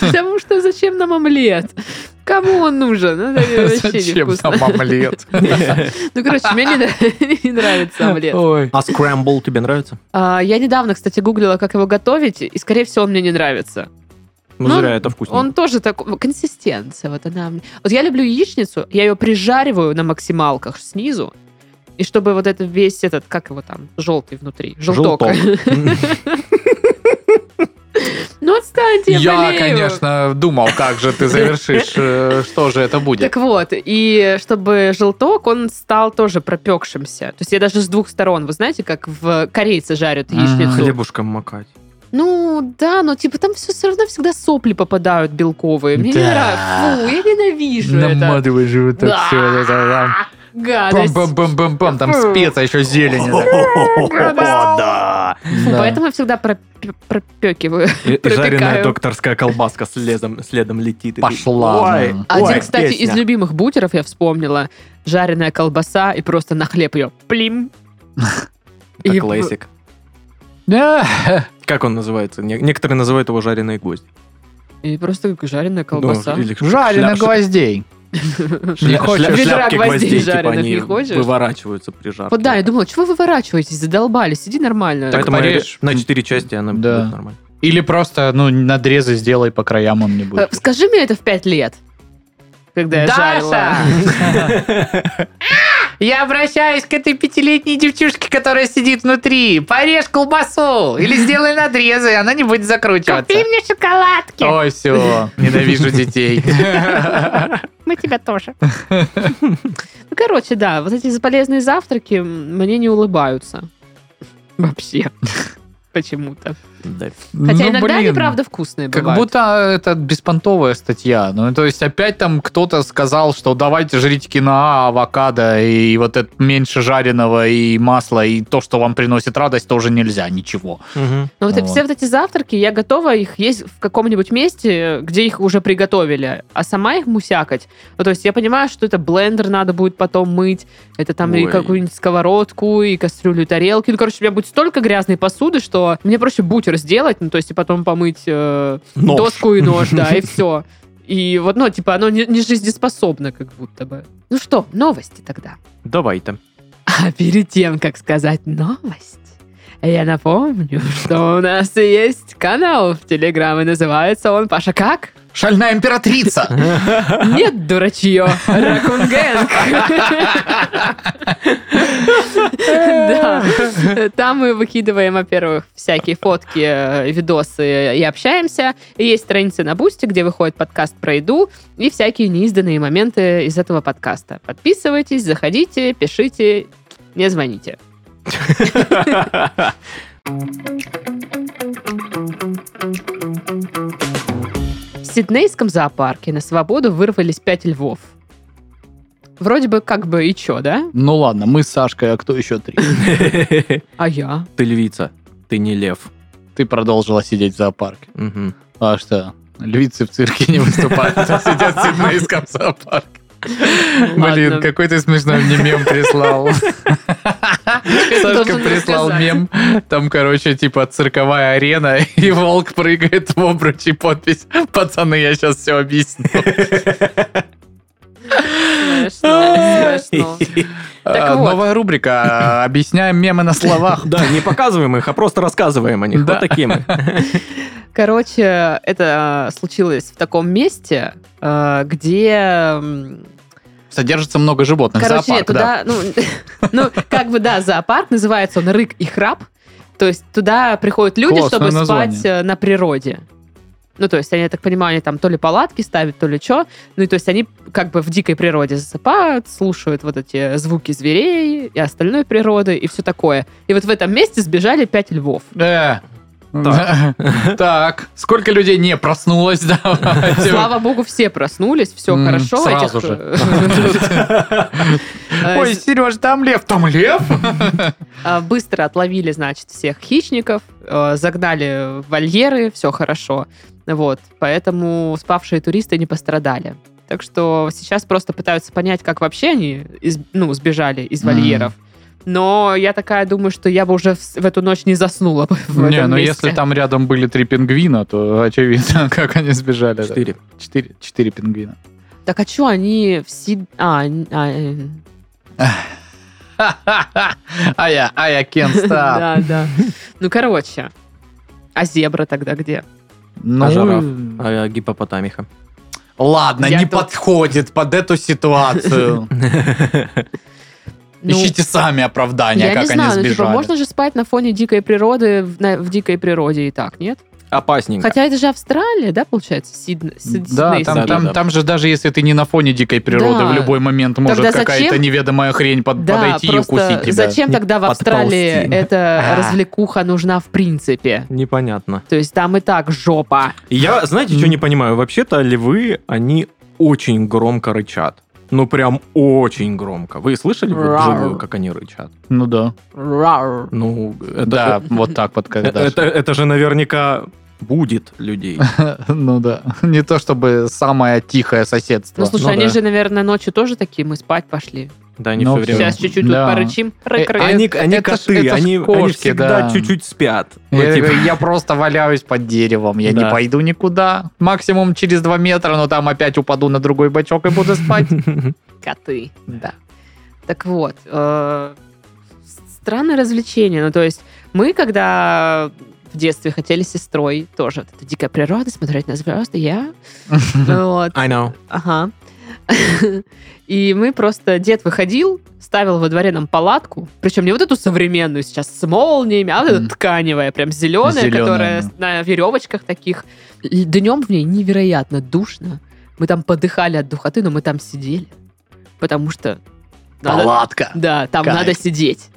Потому что зачем нам омлет? Кому он нужен? Ну, Это вообще
Зачем
невкусно.
там омлет?
<laughs> Ну, короче, мне не <laughs> нра- не нравится омлет.
Ой.
А скрэмбл тебе нравится?
А, Я недавно, кстати, гуглила, как его готовить, и, скорее всего, он мне не нравится.
Ну,
Ну,
зря это вкусно.
Он тоже такой... Консистенция, вот она... мне- Вот я люблю яичницу, я ее прижариваю на максималках снизу, и чтобы вот этот весь этот, как его там, желтый внутри, желток. <laughs> Ну, отстаньте, я,
Я,
болею.
конечно, думал, как же ты завершишь, э, что же это будет.
Так вот, и чтобы желток, он стал тоже пропекшимся. То есть я даже с двух сторон, вы знаете, как в корейцы жарят
Мгм.
яичницу.
Хлебушком макать.
Ну, да, но типа там все, все равно всегда сопли попадают белковые. Мне не
Да.
нравится. Фу, я ненавижу это.
Наматываешь вот так
Да.
все. это там.
Гадость.
Пам-пам-пам-пам-пам, там специя
<laughs>
еще зелень.
О, да!
Фу, Поэтому я всегда пропе- пропекиваю.
И- и
Пропекаю.
Жареная докторская колбаска следом, следом летит. и ты-
Пошла
Ой,
она.
Один,
ой,
кстати,
песня.
из любимых бутеров я вспомнила. Жареная колбаса и просто на хлеб ее плим. И-
<laughs> Как лейсик. Как он называется? Не- Некоторые называют его жареные гвозди.
И просто как жареная
Ну,
колбаса.
или
Жареных
шляп-
гвоздей.
шля-
Не
шля-
хочешь?
шляпки
Ведра гвоздей
гвоздей, типа,
жареных
они
не хочешь?
выворачиваются при жарке.
Вот да, я думала, чего вы выворачиваетесь, задолбали, сиди нормально. Э,
Так-
Поэтому я
порежь.
ре- на четыре части она
Да.
будет нормально.
Или просто, ну, надрезы сделай по краям, он не
Э,
будет.
Скажи мне это в пять лет, когда я жарила.
Я обращаюсь к этой пятилетней девчушке, которая сидит внутри. Порежь
Э,
колбасу или сделай надрезы, она не будет закручиваться.
Купи мне шоколадки.
Ой, все, ненавижу
<laughs>
детей.
Мы тебя тоже.
Ну,
<laughs>
короче, да, вот эти полезные завтраки м, мне не улыбаются.
<laughs>
Вообще. Почему-то.
Да.
Хотя иногда они, правда, вкусные
Ну, Как
бывают.
будто это беспонтовая статья. Ну, то есть опять там кто-то сказал, что давайте жрите киноа, авокадо и вот это меньше жареного и масла, и то, что вам приносит радость, тоже нельзя, ничего.
Мгм.
Но вот
Вот.
все вот эти завтраки, я готова их есть в каком-нибудь месте, где их уже приготовили, а сама их мусякать. Ну, то есть я понимаю, что это блендер надо будет потом мыть, это там и
Ой.
какую-нибудь сковородку, и кастрюлю, и тарелки. Ну, короче, у меня будет столько грязной посуды, что мне проще бутер сделать, ну, то есть и потом помыть э,
Нож.
доску и нож, да, и все. И вот, ну, типа, оно не, не жизнеспособно как будто бы. Ну что, новости тогда.
<laughs>
Давай-то.
А перед тем, как сказать новость, я напомню, что у нас есть канал в Телеграм, и называется он, Паша, как? <laughs>
Шальная императрица!
Нет, дурачье, Ракунгэнг. Да, там мы выкидываем, во-первых, всякие фотки, э, видосы и общаемся. И есть страница на Бусте, где выходит подкаст про еду и всякие неизданные моменты из этого подкаста. Подписывайтесь, заходите, пишите, не звоните. В Сиднейском зоопарке на свободу вырвались пять львов. Вроде бы как бы и чё, да?
Ну ладно, мы с Сашкой, а кто еще три?
Ты
А я?
львица, ты не лев.
Ты продолжила сидеть в зоопарке.
Мгм.
А что? Львицы в цирке не выступают, а сидят сильно
<laughs>
из конца парка. Блин,
Ну, Ладно.
какой ты смешной мне мем прислал. Сашка
Должен
прислал
рассказать.
мем. Там, короче, типа цирковая арена, <laughs> и волк прыгает в обруч и подпись. Пацаны, я сейчас все объясню.
Смешно, смешно.
<laughs>
Так
А,
вот.
Новая рубрика. а, Объясняем мемы на словах.
<laughs> Да, не показываем их, а просто рассказываем о них.
Да.
Вот такие мы.
Короче, это э, случилось в таком месте, э, где... м,
Содержится много животных.
Короче,
Зоопарк,
нет,
да.
туда... Ну, <laughs> ну, как бы, да, зоопарк, называется он «Рык и храп». То есть туда приходят люди,
Классное
чтобы
название.
спать э, на природе. Ну, то есть они, я так понимаю, они там то ли палатки ставят, то ли что. Ну, и то есть они как бы в дикой природе засыпают, слушают вот эти звуки зверей и остальной природы и все такое. И вот в этом месте сбежали пять
<laughs>
львов.
Э, <laughs> Так, сколько людей не проснулось?
<laughs>
давайте.
Слава богу, все проснулись, все
М,
хорошо.
сразу
<laughs> Э,
<laughs> Ой,
с-
Сереж, там лев. Там лев?
а, Быстро отловили, значит, всех хищников, э, загнали в вольеры, все хорошо. Вот, поэтому спавшие туристы не пострадали. Так что сейчас просто пытаются понять, как вообще они из- ну, сбежали из
М.
вольеров. Но я такая думаю, что я бы уже в, с- в эту ночь не заснула бы <laughs> в
Не,
этом
ну
месте.
если там рядом были три пингвина, то очевидно, <laughs> как они сбежали.
Четыре.
Четыре, четыре пингвина.
Так а что они все... А, н- а, э,
А я, а я Кен Стар.
<laughs> Да, да. Ну, короче. А зебра тогда где?
Ну,
А жираф? А, Гипопотамиха.
ладно,
Я
не
тут-
подходит под эту ситуацию.
<laughs> Ну,
Ищите сами оправдания,
я не
А как они
знаю, ну, типа,
сбежали.
можно же спать на фоне дикой природы, в, на- в дикой природе и так, нет?
Опасненько.
Хотя это же Австралия, да, получается? Сидн- Сид-
Да,
Сидней, Сидней.
там,
Да-да-да.
там, там же даже если ты не на фоне дикой природы,
Да.
в любой момент может
Тогда зачем-
какая-то неведомая хрень под-
Да,
подойти и
просто
укусить тебя.
зачем
Не
тогда в Австралии
подползти.
эта
<laughs> А.
развлекуха нужна в принципе?
Непонятно.
То есть там и так жопа.
Я, знаете, что не понимаю? Вообще-то львы, они очень громко рычат. Ну, прям очень громко. Вы слышали вот
Рар.
вживую, как они рычат?
Ну да.
Рар.
Ну, это,
да, вот так вот
э-
когда.
это, это же наверняка будет людей.
<laughs> Ну да. Не то чтобы самое тихое соседство.
Ну, слушай,
Ну
они
да.
же, наверное, ночью тоже такие, мы спать пошли.
Да, они
Ну,
все время...
Сейчас чуть-чуть тут
Да. Э,
порычим. Рык-рык.
Они,
Это-
они
это ж-
коты,
это ж
они, они
кошки,
всегда
да.
чуть-чуть спят. Ну,
Я,
типа,
говорю, я просто валяюсь под деревом, я
Да.
не пойду никуда. Максимум через 2 метра, но там опять упаду на другой бачок и буду спать.
коты. Да. Так вот, э, с- странное развлечение. Ну, то есть мы, когда в детстве хотели с сестрой тоже, вот это дикая природа, смотреть на звезды, я. Вот.
I know.
Ага. <laughs> И мы просто... Дед выходил, ставил во дворе нам палатку, причем не вот эту современную сейчас с молниями, а вот эта
Мгм.
тканевая, прям зеленая,
Зеленая,
которая
да.
с- на веревочках таких. И Днем в ней невероятно душно. Мы там подыхали от духоты, но мы там сидели, потому что... надо-
Палатка.
да, там
Кайф.
надо сидеть.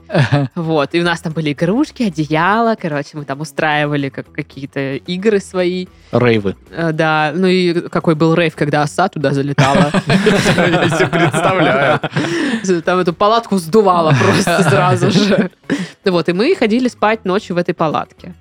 Вот, и у нас там были игрушки, одеяло, короче, мы там устраивали как какие-то игры свои.
<laughs> Рейвы.
Э, Да, ну и какой был рейв, когда оса туда
<laughs>
залетала.
Я себе представляю.
<laughs> Там эту палатку сдувала
<laughs>
просто сразу же. Ну Вот, и мы ходили спать ночью в этой палатке.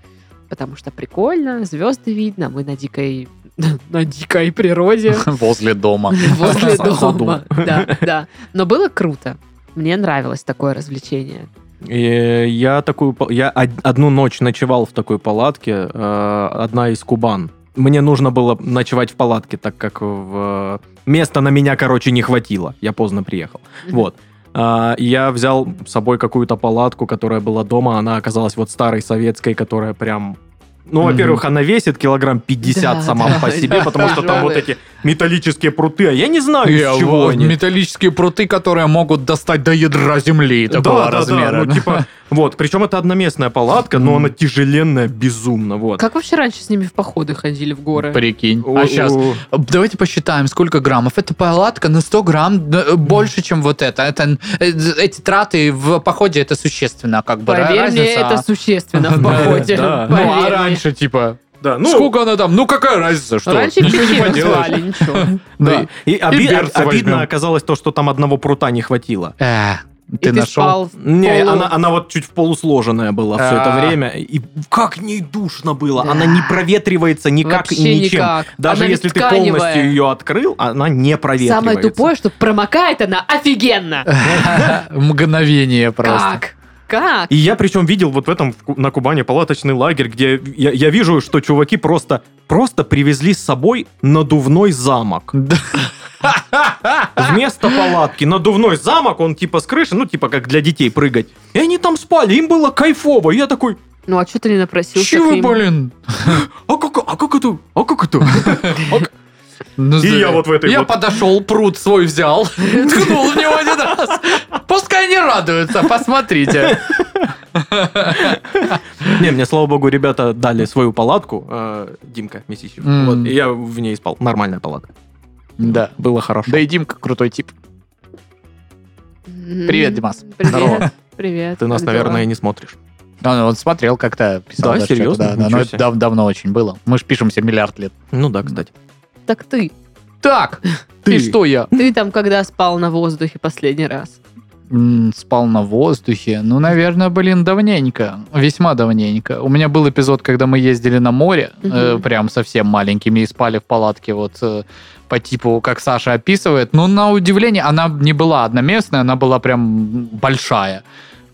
Потому что прикольно, звезды видно, мы на дикой <laughs> на дикой природе,
<laughs>
<laughs>
Возле дома.
возле
<laughs>
За- за домом.
дома. Да, да. Но было круто. Мне нравилось такое развлечение.
И я такую, пал- я од- одну ночь ночевал в такой палатке, э, одна из Кубан. Мне нужно было ночевать в палатке, так как в... э, места на меня, короче, не хватило. Я поздно приехал. Вот. А, Я взял с собой какую-то палатку, которая была дома. Она оказалась вот старой советской, которая прям... Ну,
Мгм.
во-первых, она весит килограмм 50
Да,
сама
да,
по себе,
да,
потому что там вот
тяжелая.
эти металлические пруты. А я не знаю,
Я
из чего
вот
они.
Металлические пруты, которые могут достать до ядра земли
Да,
такого
да, да,
размера.
ну, типа, вот, причем это одноместная палатка, но
Мгм.
она тяжеленная безумно, вот.
Как вообще раньше с ними в походы ходили в горы?
<laughs> Прикинь.
У-
А сейчас
у-
Давайте посчитаем, сколько граммов. Эта палатка на 100 грамм д- больше, чем вот это. это э, эти траты в походе это существенно, как бы.
Поверь
разница. а.
мне, это существенно в
<laughs> Да,
походе.
да.
Поверь
Ну, а
мне.
раньше, типа,
Да, ну,
сколько она там? Ну, какая разница, что?
Раньше
Ничего не
пещеру
поделаешь.
звали, ничего.
да.
Да.
И, оби-
берцы
обидно
возьмем.
оказалось то, что там одного прута не хватило.
Э, Ты
и ты
нашел?
спал. в
Не,
полу.
она, она вот чуть в полусложенная была все это
А.
время. И как ней душно было.
Да.
Она не проветривается никак и
Вообще
ничем.
никак.
Даже
Она ведь
если ты
тканевая.
полностью ее открыл, она не проветривается.
Самое тупое, что промокает она офигенно.
<laughs> Мгновение просто.
Как? Как?
И я причем видел вот в этом в Ку- на Кубани палаточный лагерь, где я, я вижу, что чуваки просто, просто привезли с собой надувной <laughs> замок.
Да.
Вместо палатки надувной замок, он типа с крыши, ну типа как для детей прыгать. И они там спали, им было кайфово. И я такой,
Ну а что ты не напросился
Чего,
к ним?
блин?
а как, а как это, а как это?
Ну,
И
за-
я вот в этой
Я
вот-
подошел, пруд свой взял, ткнул в него один раз. Пускай они радуются, посмотрите.
<laughs> Не, мне, слава богу, ребята дали свою палатку, э, Димка Месищев.
М.
Вот, и я в ней спал. Нормальная палатка.
Да.
Было хорошо.
Да и Димка крутой тип.
М,
Привет, Димас. Здорово.
М-м. Привет. Привет.
Ты нас,
как
наверное, и
дела?
не смотришь.
Он, он смотрел как-то. писал
Да,
даже
серьезно?
что-то, Да, да,
Ничего
но это
себе.
дав- давно очень было. Мы же пишемся миллиард лет.
Ну да, кстати.
Так ты.
Так,
Ты.
и что я?
Ты там когда спал на воздухе последний раз?
М, Спал на воздухе. Ну, наверное, блин, давненько. Весьма давненько. У меня был эпизод, когда мы ездили на море, э,
Мгм.
прям совсем маленькими, и спали в палатке вот э, по типу, как Саша описывает. Но на удивление, она не была одноместная, она была прям большая.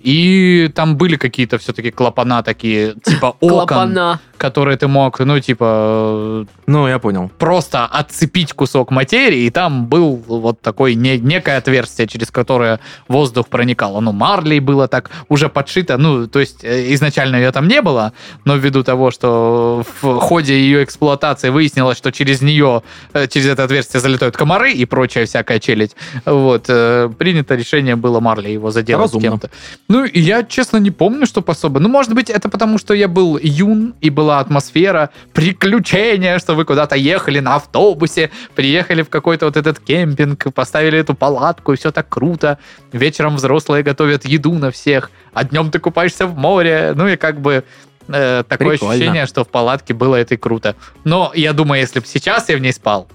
И там были какие-то все-таки клапана такие, типа окон,
<laughs> Клапана.
которые ты мог, ну, типа,
Ну, я понял.
просто отцепить кусок материи, и там был вот такой не- некое отверстие, через которое воздух проникал. Ну, марлей было так уже подшито, ну, то есть э, изначально ее там не было, но ввиду того, что в ходе ее эксплуатации выяснилось, что через нее, э, через это отверстие залетают комары и прочая всякая челядь, вот, э, принято решение было марлей его заделать
Разумно.
кем-то. Ну, и я, честно, не помню, что особо. Ну, может быть, это потому, что я был юн, и была атмосфера приключения, что вы куда-то ехали на автобусе, приехали в какой-то вот этот кемпинг, поставили эту палатку, и все так круто. Вечером взрослые готовят еду на всех, а днем ты купаешься в море. Ну, и как бы э, такое
Прикольно.
ощущение, что в палатке было это и круто. Но я думаю, если бы сейчас я в ней спал,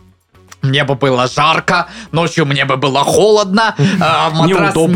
мне бы было жарко, ночью мне бы было холодно, а, матрас
Неудобно.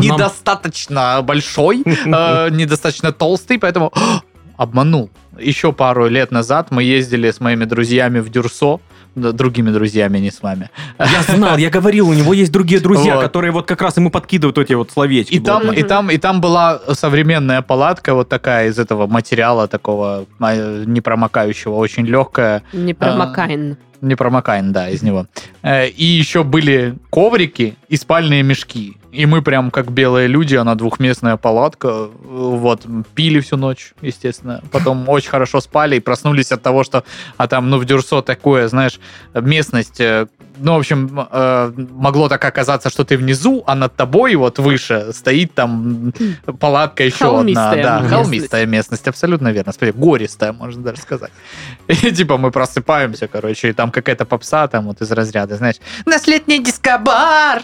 <laughs>
недостаточно большой, э, недостаточно толстый, поэтому а, обманул. Еще пару лет назад мы ездили с моими друзьями в Дюрсо, да, другими друзьями, не с вами.
Я знал, я говорил, у него есть другие друзья,
Вот.
которые вот как раз ему подкидывают эти вот словечки.
И там,
блатные.
и там, и там была современная палатка вот такая из этого материала такого а, непромокающего, очень легкая,
Не промокайн.
Не промокаем, да, из него. Э, И еще были коврики и спальные мешки. И мы прям как белые люди, она двухместная палатка. э, Вот, пили всю ночь, естественно. Потом очень хорошо спали и проснулись от того, что... А там, ну, в Дюрсо такое, знаешь, местность... э, Ну, в общем, э, могло так оказаться, что ты внизу, а над тобой вот выше стоит там м, палатка еще
Холмистая
одна. Да,
местность.
холмистая местность, абсолютно верно. Смотри, гористая, можно даже сказать. <laughs> И типа мы просыпаемся, короче, и там какая-то попса там вот из разряда, знаешь, «Наш летний дискобар!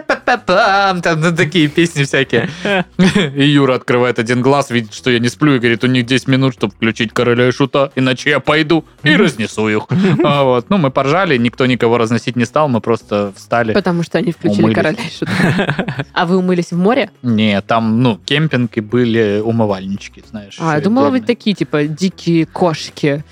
Та-да-да-та-па-па-пам!» Там ну, такие песни всякие. <laughs> И Юра открывает один глаз, видит, что я не сплю, и говорит, у них 10 минут, чтобы включить короля и шута, иначе я пойду и
<laughs>
разнесу их. А вот, ну, мы поржали, никто никого разносить не стал, мы просто встали.
Потому что они включили
Умылись.
короля и шута. А вы умылись в море?
Не, там, ну, кемпинг и были умывальнички, знаешь.
А, я думала, вы
отдельные.
такие, типа, дикие кошки.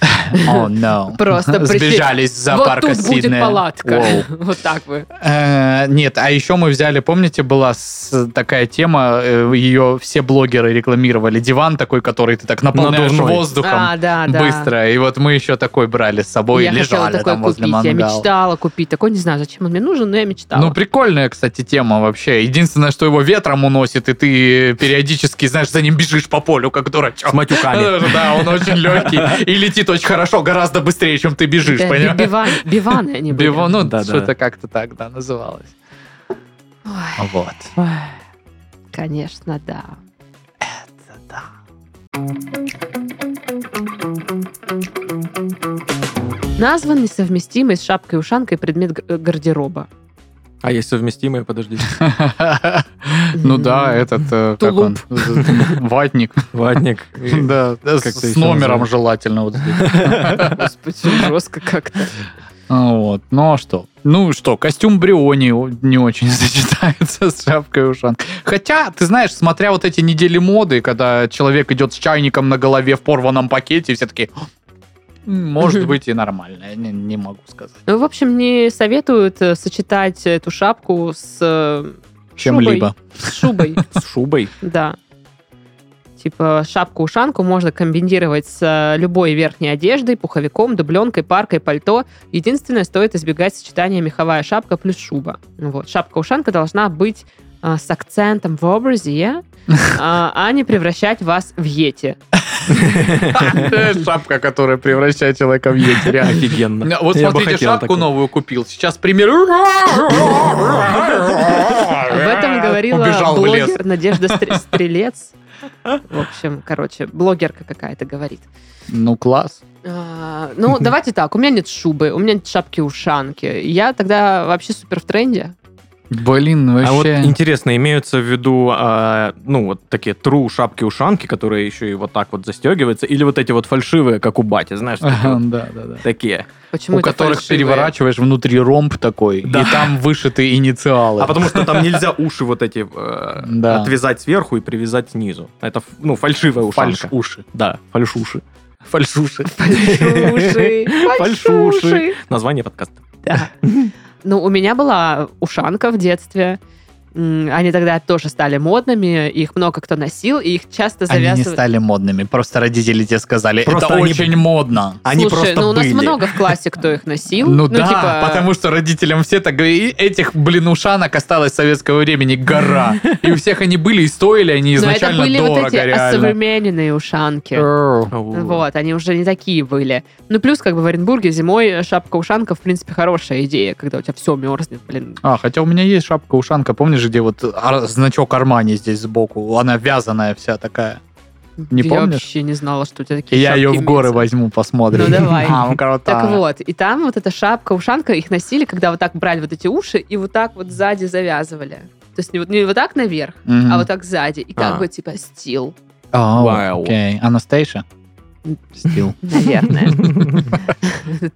Oh, no.
<laughs> Просто пришли.
<laughs> Сбежались с
Вот
зоопарка
тут будет
Сиднея.
палатка.
Воу.
<laughs> Вот так вы.
Э, Нет, а еще мы взяли, помните, была с- такая тема, э, ее все блогеры рекламировали, диван такой, который ты так наполняешь
Надувной.
воздухом
А, да, да.
быстро, и вот мы еще такой брали с собой,
я хотела
лежали
такое
там возле
купить. Я
мангала.
мечтала купить. Такой не знаю, зачем он мне нужен, но я мечтала.
Ну, прикольная, кстати, тема вообще. Единственное, что его ветром уносит, и ты периодически, знаешь, за ним бежишь по полю, как дурачок.
С матюками.
<laughs> Да, он очень легкий и летит очень хорошо, гораздо быстрее, чем ты бежишь,
Да,
понимаешь?
биван- Биваны они были.
Биво- ну,
Да-да.
что-то как-то так, да, называлось.
Ой, <laughs>
Вот.
ой, Конечно, да. Назван несовместимый с шапкой-ушанкой предмет г- гардероба.
А есть совместимые, подожди.
Ну да, этот, э, как он? <laughs> Ватник.
Ватник.
<laughs> Да,
как-то
с
еще
номером
называют.
желательно вот здесь.
Господи, жестко как-то.
А, Вот. Ну а что? Ну что, костюм Бриони о- не очень <laughs> сочетается с шапкой и ушанкой. Хотя, ты знаешь, смотря вот эти недели моды, когда человек идет с чайником на голове в порванном пакете, и все таки может
Мгм.
быть и нормально, я не, не могу сказать.
Ну, в общем, мне советуют э, сочетать эту шапку с э,
Чем-либо.
с шубой,
С шубой.
да. Типа шапку-ушанку можно комбинировать с э, любой верхней одеждой, пуховиком, дубленкой, паркой, пальто. Единственное, стоит избегать сочетания меховая шапка плюс шуба. Ну Вот. Шапка-ушанка должна быть э, с акцентом в образе, э, а не превращать вас в йети.
<laughs> Э, Шапка, которая превращает человека в ети, реально.
Офигенно.
Да, Ну, Вот
Я бы
смотрите,
хотел
шапку
такой.
новую купил. Сейчас пример.
Об этом говорила
Э, Убежал в лес.
блогер Надежда
<laughs>
Стр- Стрелец. В общем, короче, блогерка какая-то говорит.
Ну, класс.
А, Ну, давайте так, у меня нет шубы, у меня нет шапки-ушанки. Я тогда вообще супер в тренде.
Блин,
А вот
вообще...
интересно, имеются в виду, а, ну, вот такие true шапки-ушанки, которые еще и вот так вот застегиваются, или вот эти вот фальшивые, как у бати, знаешь, такие
Ага,
вот-
<laughs> Да, да, да.
такие.
Почему
у
это
которых
фальшивые?
переворачиваешь внутри ромб такой,
Да.
и там вышиты инициалы.
А потому что там нельзя уши вот эти э,
Да.
отвязать сверху и привязать снизу. Это, ф- ну, фальшивая ушанка.
фальшуши.
Да, фальшуши.
Фальшуши.
Фальшуши,
<laughs>
фальшуши.
Название подкаста.
Ну, у меня была ушанка в детстве. М, Они тогда тоже стали модными, их много кто носил, и их часто
Они не
завязывали...
стали модными, просто родители тебе сказали,
Просто
это
они-
очень модно.
Они
Слушай,
просто
ну у нас
были.
много в классе кто их носил.
Ну, да,
типа,
потому что родителям все так говорили, «И этих, блин, ушанок осталось с советского времени
<laughs>
гора. И у всех они были, и стоили они
Но это
изначально
были
дорого,
вот эти
реально.
осовремененные ушанки.
Э,
О.
Вот, они уже не такие были. Ну, плюс, как бы в Оренбурге зимой шапка-ушанка, в принципе, хорошая идея, когда у тебя все мерзнет, блин.
А, хотя у меня есть шапка-ушанка, помнишь, где вот ар- значок Армани здесь сбоку, она вязаная вся такая. Не
я
помнишь?
вообще не знала, что у тебя
И
такие
я
шапки
ее в горы
имеются.
возьму, посмотрим. А,
Ну,
<laughs>
давай.
Мам, крутая.
Так вот, и там вот эта шапка-ушанка, их носили, когда вот так брали вот эти уши и вот так вот сзади завязывали. То есть не вот, не вот так наверх,
Мгм.
а вот так сзади. И как
А.
бы типа стил,
О,
Вау.
окей. Анастейша?
<laughs>
Стил.
наверное.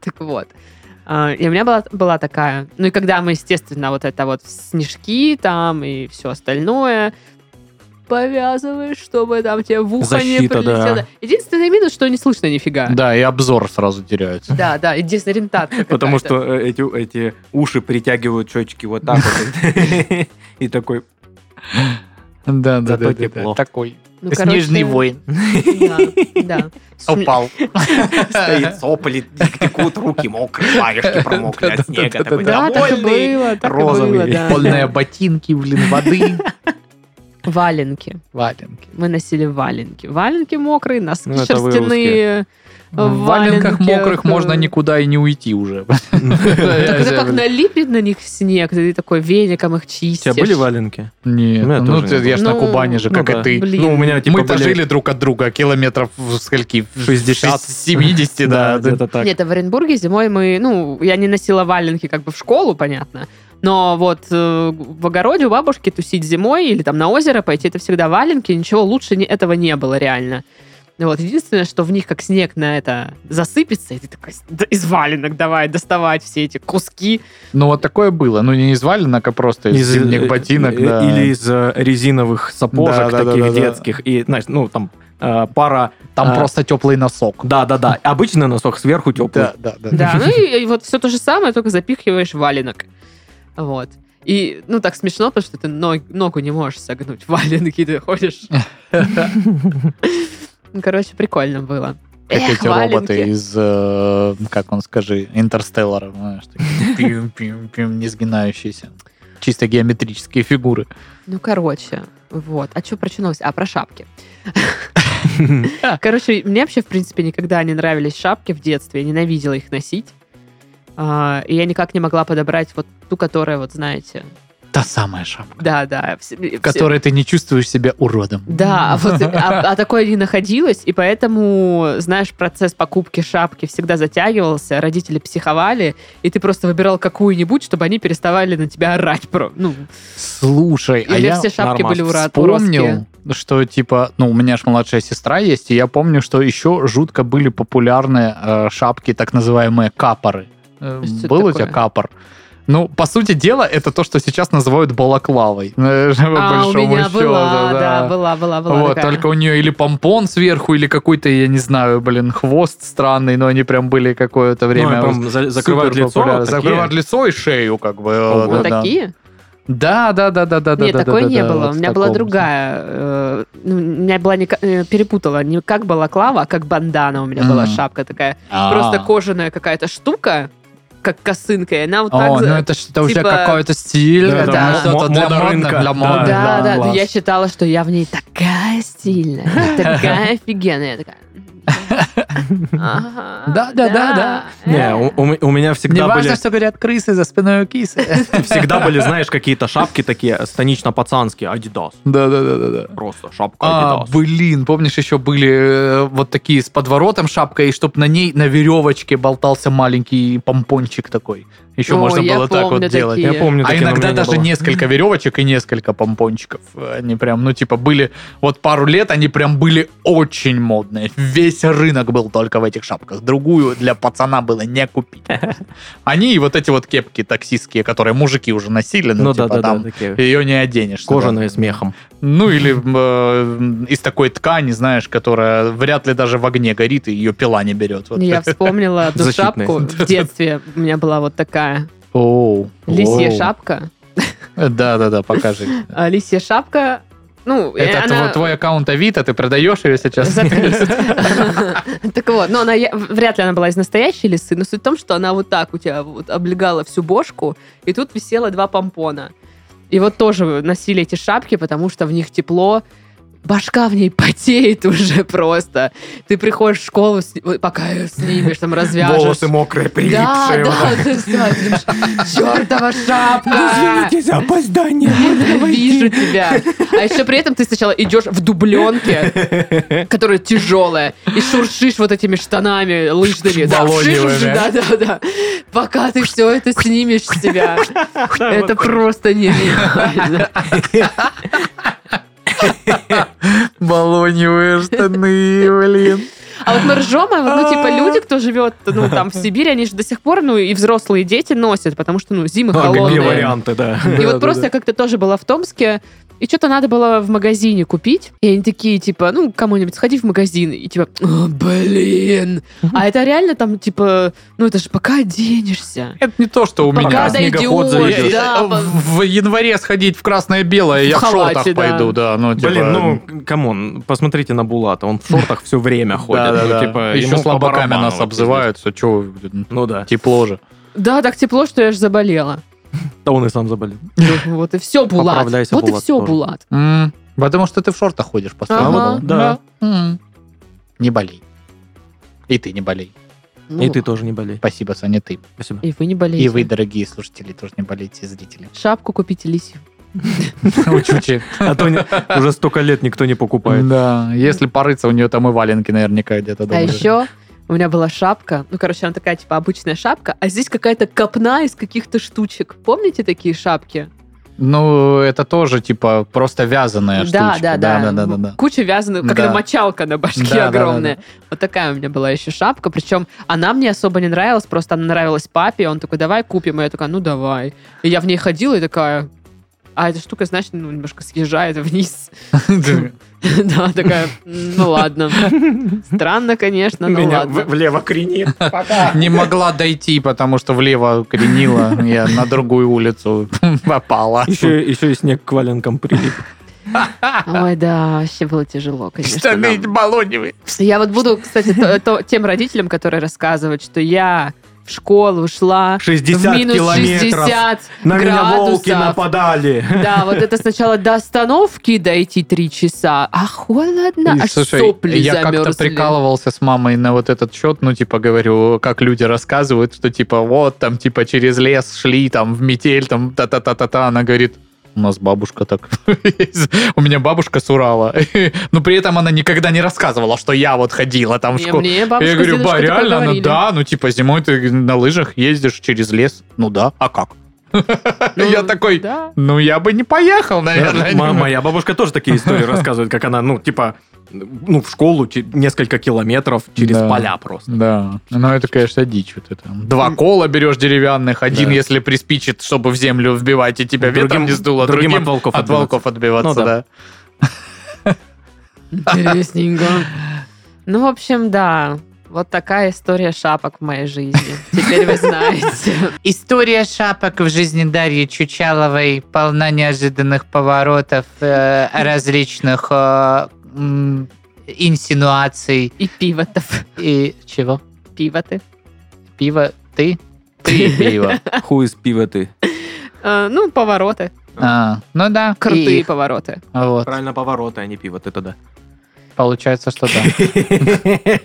Так вот. А, И у меня была, была такая. Ну и когда мы, естественно, вот это вот снежки там и все остальное повязываешь, чтобы там тебе в ухо не
Защита, да.
прилетело. Единственный минус, что не слышно нифига.
Да, и обзор сразу теряется.
да, да, и дезориентация
<laughs> Потому
какая-то.
что э, эти, эти уши притягивают щечки вот так вот. И такой...
Да, да,
Зато
да, да,
тепло.
да. Такой.
Ну, короче,
Снежный воин.
Да,
<laughs>
да.
Упал.
стоит, сопли текут, руки мокрые,
<laughs>
варежки промокли от снега. Такой,
Да, Ну, так и было, так и
розовый,
было, да.
Польные ботинки, блин, воды.
Валенки.
Валенки.
Мы носили валенки. Валенки мокрые, носки
Ну, это вы
шерстяные.
В валенках
валенки,
мокрых
э,
можно никуда и не уйти <laughs> уже.
Ну, Так это
Э,
как налипнет на них снег, ты такой веником их
У
чистишь.
тебя были валенки?
Нет,
У меня
ну
тоже
ты-
не
я ж на
было.
Кубани же,
Ну
как
да.
и ты.
Блин.
Ну, у меня типа
Мы-то
были...
жили друг от друга километров в скольки? В
60.
70, да.
где-то так.
Нет, а в Оренбурге зимой мы, ну, я не носила валенки как бы в школу, понятно, но вот э, в огороде у бабушки тусить зимой или там на озеро пойти, это всегда валенки, ничего лучше не, этого не было реально. Ну Вот, единственное, что в них как снег на это засыпется, и ты такой, «Да из валенок давай доставать все эти куски.
Ну вот такое было. Ну не из валенок, а просто из зимних ботинок.
э,
да.
Или из э, резиновых сапожек
Да, да,
таких
да, да, да.
детских. И, знаешь, ну, там э, пара...
Там
а,
просто теплый носок.
Да-да-да, обычный носок сверху теплый.
Да, да, да.
Да, ну и, и вот все то же самое, только запихиваешь валенок. Вот. И, ну, так смешно, потому что ты ног- ногу не можешь согнуть. в Валенки ты ходишь. Ну, Короче, прикольно было.
Как
Эх,
эти
валенки.
роботы из, э, как он скажи, интерстеллара, знаешь, такие пим-пим-пим, не сгинающиеся. Чисто геометрические фигуры.
Ну, короче, вот. А что про чё новость? А, про шапки. Короче, мне вообще, в принципе, никогда не нравились шапки в детстве. Я ненавидела их носить. А, И я никак не могла подобрать вот ту, которая, вот знаете...
Та самая шапка,
Да-да. вс-
в
вс-
которой ты не чувствуешь себя уродом.
Да, а
<laughs>
вот, а, а такое не находилось, и поэтому, знаешь, процесс покупки шапки всегда затягивался, родители психовали, и ты просто выбирал какую-нибудь, чтобы они переставали на тебя орать. Про, ну,
Слушай, а
или
я
все шапки
нормас
были ура- уродские.
вспомнил, что типа, ну, у меня же младшая сестра есть, и я помню, что еще жутко были популярны э, шапки, так называемые капоры. Э,
Что это
Был у
такое?
тебя капор? Ну, по сути дела, это то, что сейчас называют балаклавой. э, по
А, у
большому
меня
счету,
была, да,
да.
была, была, была.
Вот,
такая.
только у нее или помпон сверху, или какой-то, я не знаю, блин, хвост странный, но они прям были какое-то
Ну,
время.
они прям за- закрывают
супер
лицо.
популярны.
такие.
Закрывают лицо и шею, как бы. э,
Ого.
Вот
да, да.
Ну, такие?
Да, да, да, да, да, да.
Нет,
да,
такой
да,
не
да,
было.
вот
у
в
меня была
таком.
другая. э, ну, у меня была не ка- э, перепутала. Не как балаклава, а как бандана у меня была
Мгм.
шапка такая.
А.
Просто кожаная какая-то штука, как косынка, и она вот так...
О,
за-
ну это что-то уже
типа-
какой-то стиль.
Да,
это
да.
что-то
Мо-
для
мода
модных,
рынка.
для
Да,
Да,
модных,
да, да.
класс.
Я считала, что я в ней такая стильная,
<laughs>
такая офигенная. Я такая... «Ага, Э.
Да, да, да, да.
Не, у, у м- у меня
Не
всегда были,
важно, что говорят крысы за спиной
<laughs>
у кисы.
всегда были, знаешь, какие-то шапки такие станично-пацанские, Адидас.
Да, да, да, да, да.
Просто шапка
А,
Адидас.
блин, помнишь, еще были э, вот такие с подворотом шапка, и чтоб на ней на веревочке болтался маленький помпончик такой. Еще
О,
можно
я
было так вот
помню
делать.
такие.
Я помню,
А
такие, но у
иногда
меня не
даже
было.
несколько веревочек и несколько помпончиков. Они прям, ну, типа, были... Вот пару лет они прям были очень модные. Весь рынок был только в этих шапках. Другую для пацана было
<laughs>
не купить. Они и вот эти вот кепки таксистские, которые мужики уже носили, ну,
Ну да,
типа,
да, да,
там
такие
ее не оденешь.
кожаные
Да.
с мехом.
Ну, или э, из такой ткани, знаешь, которая вряд ли даже в огне горит, и ее пила не берет. Вот.
Я вспомнила одну
Защитные.
шапку.
<laughs>
В детстве у меня была вот такая
Оу,
лисья
оу.
шапка.
Да-да-да,
<laughs>
покажи.
А, Лисья шапка, ну, э,
Это
она...
тво- твой аккаунт Авито, ты продаешь ее сейчас?
Заткнись. Так вот, но она я- вряд ли она была из настоящей лисы, но суть в том, что она вот так у тебя вот облегала всю бошку, и тут висело два помпона. И вот тоже носили эти шапки, потому что в них тепло, башка в ней потеет уже <laughs> просто. Ты приходишь в школу, сни- ой, пока ее снимешь, там развяжешь.
мокрые,
да, да, ты всё, ты думаешь, чертова
Ну,
шапка!
опоздание.
Вижу тебя. А еще при этом ты сначала идешь в дубленке, которая тяжелая, и шуршишь вот этими штанами лыжными. Да,
Баллоневыми.
шиш- да, да, да. Пока ты все это снимешь с себя. Это просто нереально.
Баллоневые штаны, блин.
А вот мы ржем, а вот, ну, типа, люди, кто живет, ну, там, в Сибири, они же до сих пор, ну, и взрослые дети носят, потому что, ну, зимы
А, Какие
холодные.
варианты, да.
И
Да,
вот
да,
просто
да.
я как-то тоже была в Томске, и что-то надо было в магазине купить. И они такие, типа, ну, кому-нибудь сходи в магазин. И типа, «О, блин. А это реально там, типа, ну, это же пока оденешься.
Это не то, что у
Пока
меня.
дойдешь,
Снегоход зайдет.
да,
Э, В в январе сходить в красное-белое,
В
я в
халате,
шортах
да.
пойду, да. Ну, типа,
Блин, ну, камон, посмотрите на Булата, он в шортах все время ходит.
да, да,
Ну,
да.
типа,
Еще
ему по
слабаками
барабану
нас
вообще
обзывают, что, чё вы, блин,
здесь. Ну да,
тепло же.
Да, так тепло, что я же заболела.
да он и сам заболел.
Ну, Вот и все, Булат.
Поправляйся,
Вот и
Булат,
все,
тоже.
Булат.
М, Потому что ты в шортах ходишь
Ага,
постоянно.
да.
М. Не болей. И ты не болей.
Ну,
И ты тоже не болей.
Спасибо, Саня, ты.
Спасибо.
И вы не болеете.
И вы, дорогие слушатели, тоже не болейте, и зрители.
Шапку купите лисью.
Учучи.
А то не- уже столько лет никто не покупает.
Да, если порыться, у нее там и валенки наверняка где-то
А
дома лежат.
еще у меня была шапка. Ну, короче, она такая, типа, обычная шапка, а здесь какая-то копна из каких-то штучек. Помните такие шапки?
Ну, это тоже, типа, просто вязаная
Да, да,
штучка.
да,
да, да, да.
Куча вязаных, как
Да.
это мочалка на башке
Да, да,
огромная. Вот такая у меня была еще шапка. Причем она мне особо не нравилась, просто она нравилась папе. Он такой, давай купим. И я такая, ну давай. И я в ней ходила и такая... А эта штука, значит, ну, немножко съезжает вниз. <laughs> Да, такая, ну
<laughs>
ладно. Странно, конечно, ну
Меня
ладно.
в- влево кренит.
<laughs> Не могла дойти, потому что влево кренила. Я на другую улицу <laughs> попала.
Еще, еще и снег к валенкам прилип.
Ой, да, вообще было тяжело, конечно. <laughs>
Штаны
нам.
баллоневые.
Я вот буду, кстати, то- то- тем родителям, которые рассказывают, что я в школу шла
60
в минус
километров.
60
На меня волки
градусов.
нападали.
Да, вот это сначала до остановки дойти три часа, а холодно,
И,
аж
слушай,
сопли
я как-то
замерзли.
прикалывался с мамой на вот этот счет, ну, типа, говорю, как люди рассказывают, что, типа, вот, там, типа, через лес шли, там, в метель, там, та-та-та-та-та, она говорит, у нас бабушка так. <laughs> У меня бабушка с Урала. <laughs> Но при этом она никогда не рассказывала, что я вот ходила там в
Не,
школу.
мне бабушка
Я
с
говорю,
дедушкой
ба,
так
реально? Ну
говорили.
да, ну типа зимой ты на лыжах ездишь через лес. Ну да, а как? <laughs> Я такой,
Да.
ну я бы не поехал, наверное.
М- Э, Моя бабушка тоже такие истории рассказывает, как она, ну, типа, ну, в школу че- несколько километров через
Да.
поля просто.
Да, но это, конечно, дичь вот это. Два кола берешь деревянных, один,
Да.
если приспичит, чтобы в землю вбивать, и тебя ветром
Другим-
не сдуло, а
другим
другим,
от волков
от волков отбиваться,
Ну да.
да.
Интересненько. Ну, в общем, да. Вот такая история шапок в моей жизни. Теперь вы знаете.
История шапок в жизни Дарьи Чучаловой полна неожиданных поворотов, э, различных э, инсинуаций
И пивотов.
и чего?
Пивоты.
Пиво? Ты? Ты пиво.
Хуй из пива ты.
А, Ну, повороты.
А, ну да. и
Крутые
их.
повороты.
Вот.
Правильно, повороты, а не пиво, ты тогда.
Получается, что <laughs> да.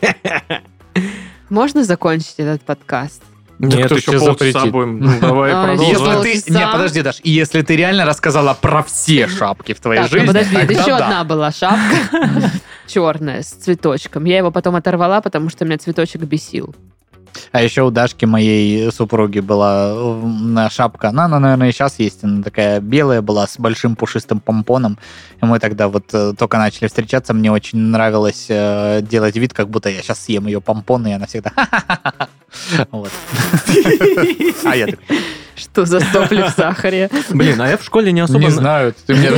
Можно закончить этот подкаст?
Да
Нет,
кто ж
еще
тебе
полчаса
запретит?
будем.
<laughs>
Ну, <laughs> давай
А, Если
продолжим.
Если ты...
полчаса.
Не, подожди, Даш. и Если ты реально рассказала про все шапки в твоей
Так, ну,
жизни,
подожди,
тогда
еще
да.
одна была
<laughs>
шапка. Черная, с цветочком. Я его потом оторвала, потому что меня цветочек бесил.
А еще у Дашки, моей супруги, была э, м, шапка. Она, она, наверное, и сейчас есть. Она такая белая была, с большим пушистым помпоном. И мы тогда вот э, только начали встречаться. Мне очень нравилось э, делать вид, как будто я сейчас съем ее помпон, и она всегда... <laughs> «Ха-ха-ха-ха-ха». Вот. А я такой,
Что за сопли в
<laughs>
сахаре?
Блин, а я в школе не особо...
не знаю, ты мне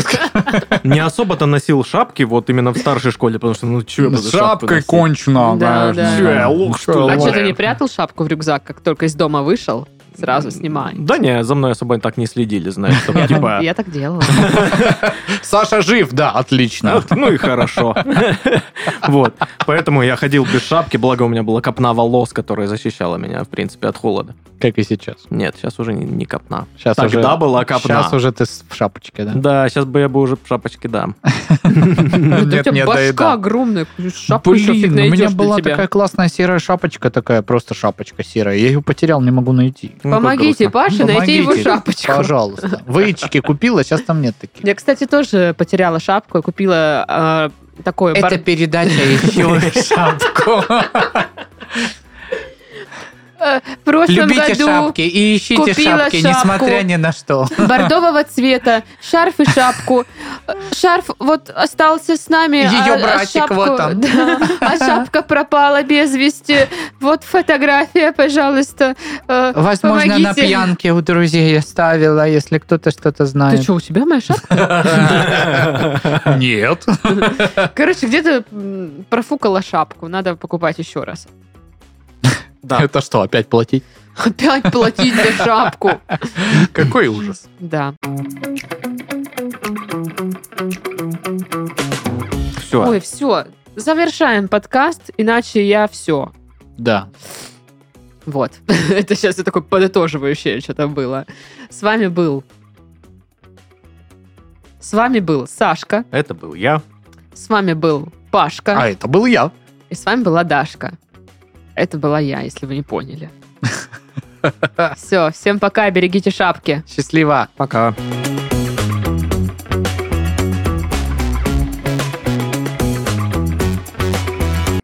Не особо-то носил шапки, вот именно в старшей школе, потому что, ну, чё я буду шапку
Шапкой
носить?
кончено.
Да,
знаешь,
да.
чё я, лох, что ли?
А что, ты не прятал шапку в рюкзак, как только из дома вышел? Сразу снимай.
Да не, за мной особо так не следили, знаешь, <laughs> чтобы
Я так-
типа...
Я так
<laughs>
делала.
Саша жив, да, отлично.
«Ах, Ну и хорошо. <laughs> Вот. Поэтому я ходил без шапки, благо у меня была копна волос, которая защищала меня, в принципе, от холода.
Как и сейчас.
Нет, сейчас уже не, не копна.
Сейчас
Тогда была копна.
Сейчас уже ты с- в шапочке, да?
Да, сейчас бы я бы уже в шапочке дам.
Ну, ты- У
Нет,
тебя
нет,
башка
доедал.
огромная, шапку еще фиг
Блин, у
найдешь
меня
для
была
тебя.
такая классная серая шапочка, такая просто шапочка серая. Я ее потерял, не могу найти.
Ну, как
Помогите
грустно.
Паше найти его
Помогите,
шапочку.
Пожалуйста. Вычки купила, сейчас там нет таких.
Я, кстати, тоже потеряла шапку и купила а, такое... бар-
передача <laughs> еще шапку.
Э, В прошлом году
и ищите
купила шапку.
ни на что.
бордового цвета, шарф и шапку. Э, Шарф вот остался с нами.
Её
а- а
братик
шапку-
вот он.
<laughs> да, а шапка пропала без вести. Вот фотография, пожалуйста. Э, помогите.
у друзей оставила, если кто-то что-то
Ты
знает.
что, у тебя моя шапка?
<laughs> <laughs> Нет.
Короче, где-то м, профукала шапку. Надо покупать еще раз.
Да.
Это что, опять платить?
Опять платить за шапку.
Какой ужас.
Да.
Все.
Ой, все. Завершаем подкаст, иначе я все.
Да.
Вот. <laughs> Это сейчас я такое подытоживающее что-то было. С вами был... С вами был Сашка,
Это был я.
с вами был Пашка,
А это был я.
и с вами была Дашка. Это была я, если вы не поняли. Все, всем пока, берегите шапки.
Счастливо.
Пока.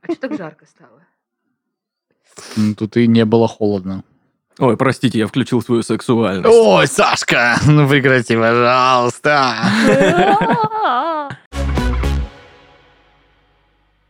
А что так жарко стало?
Ну, Тут и не было холодно.
Ой, простите, я включил свою
<laughs>
сексуальность.
Ой, Сашка, ну прекрати, пожалуйста.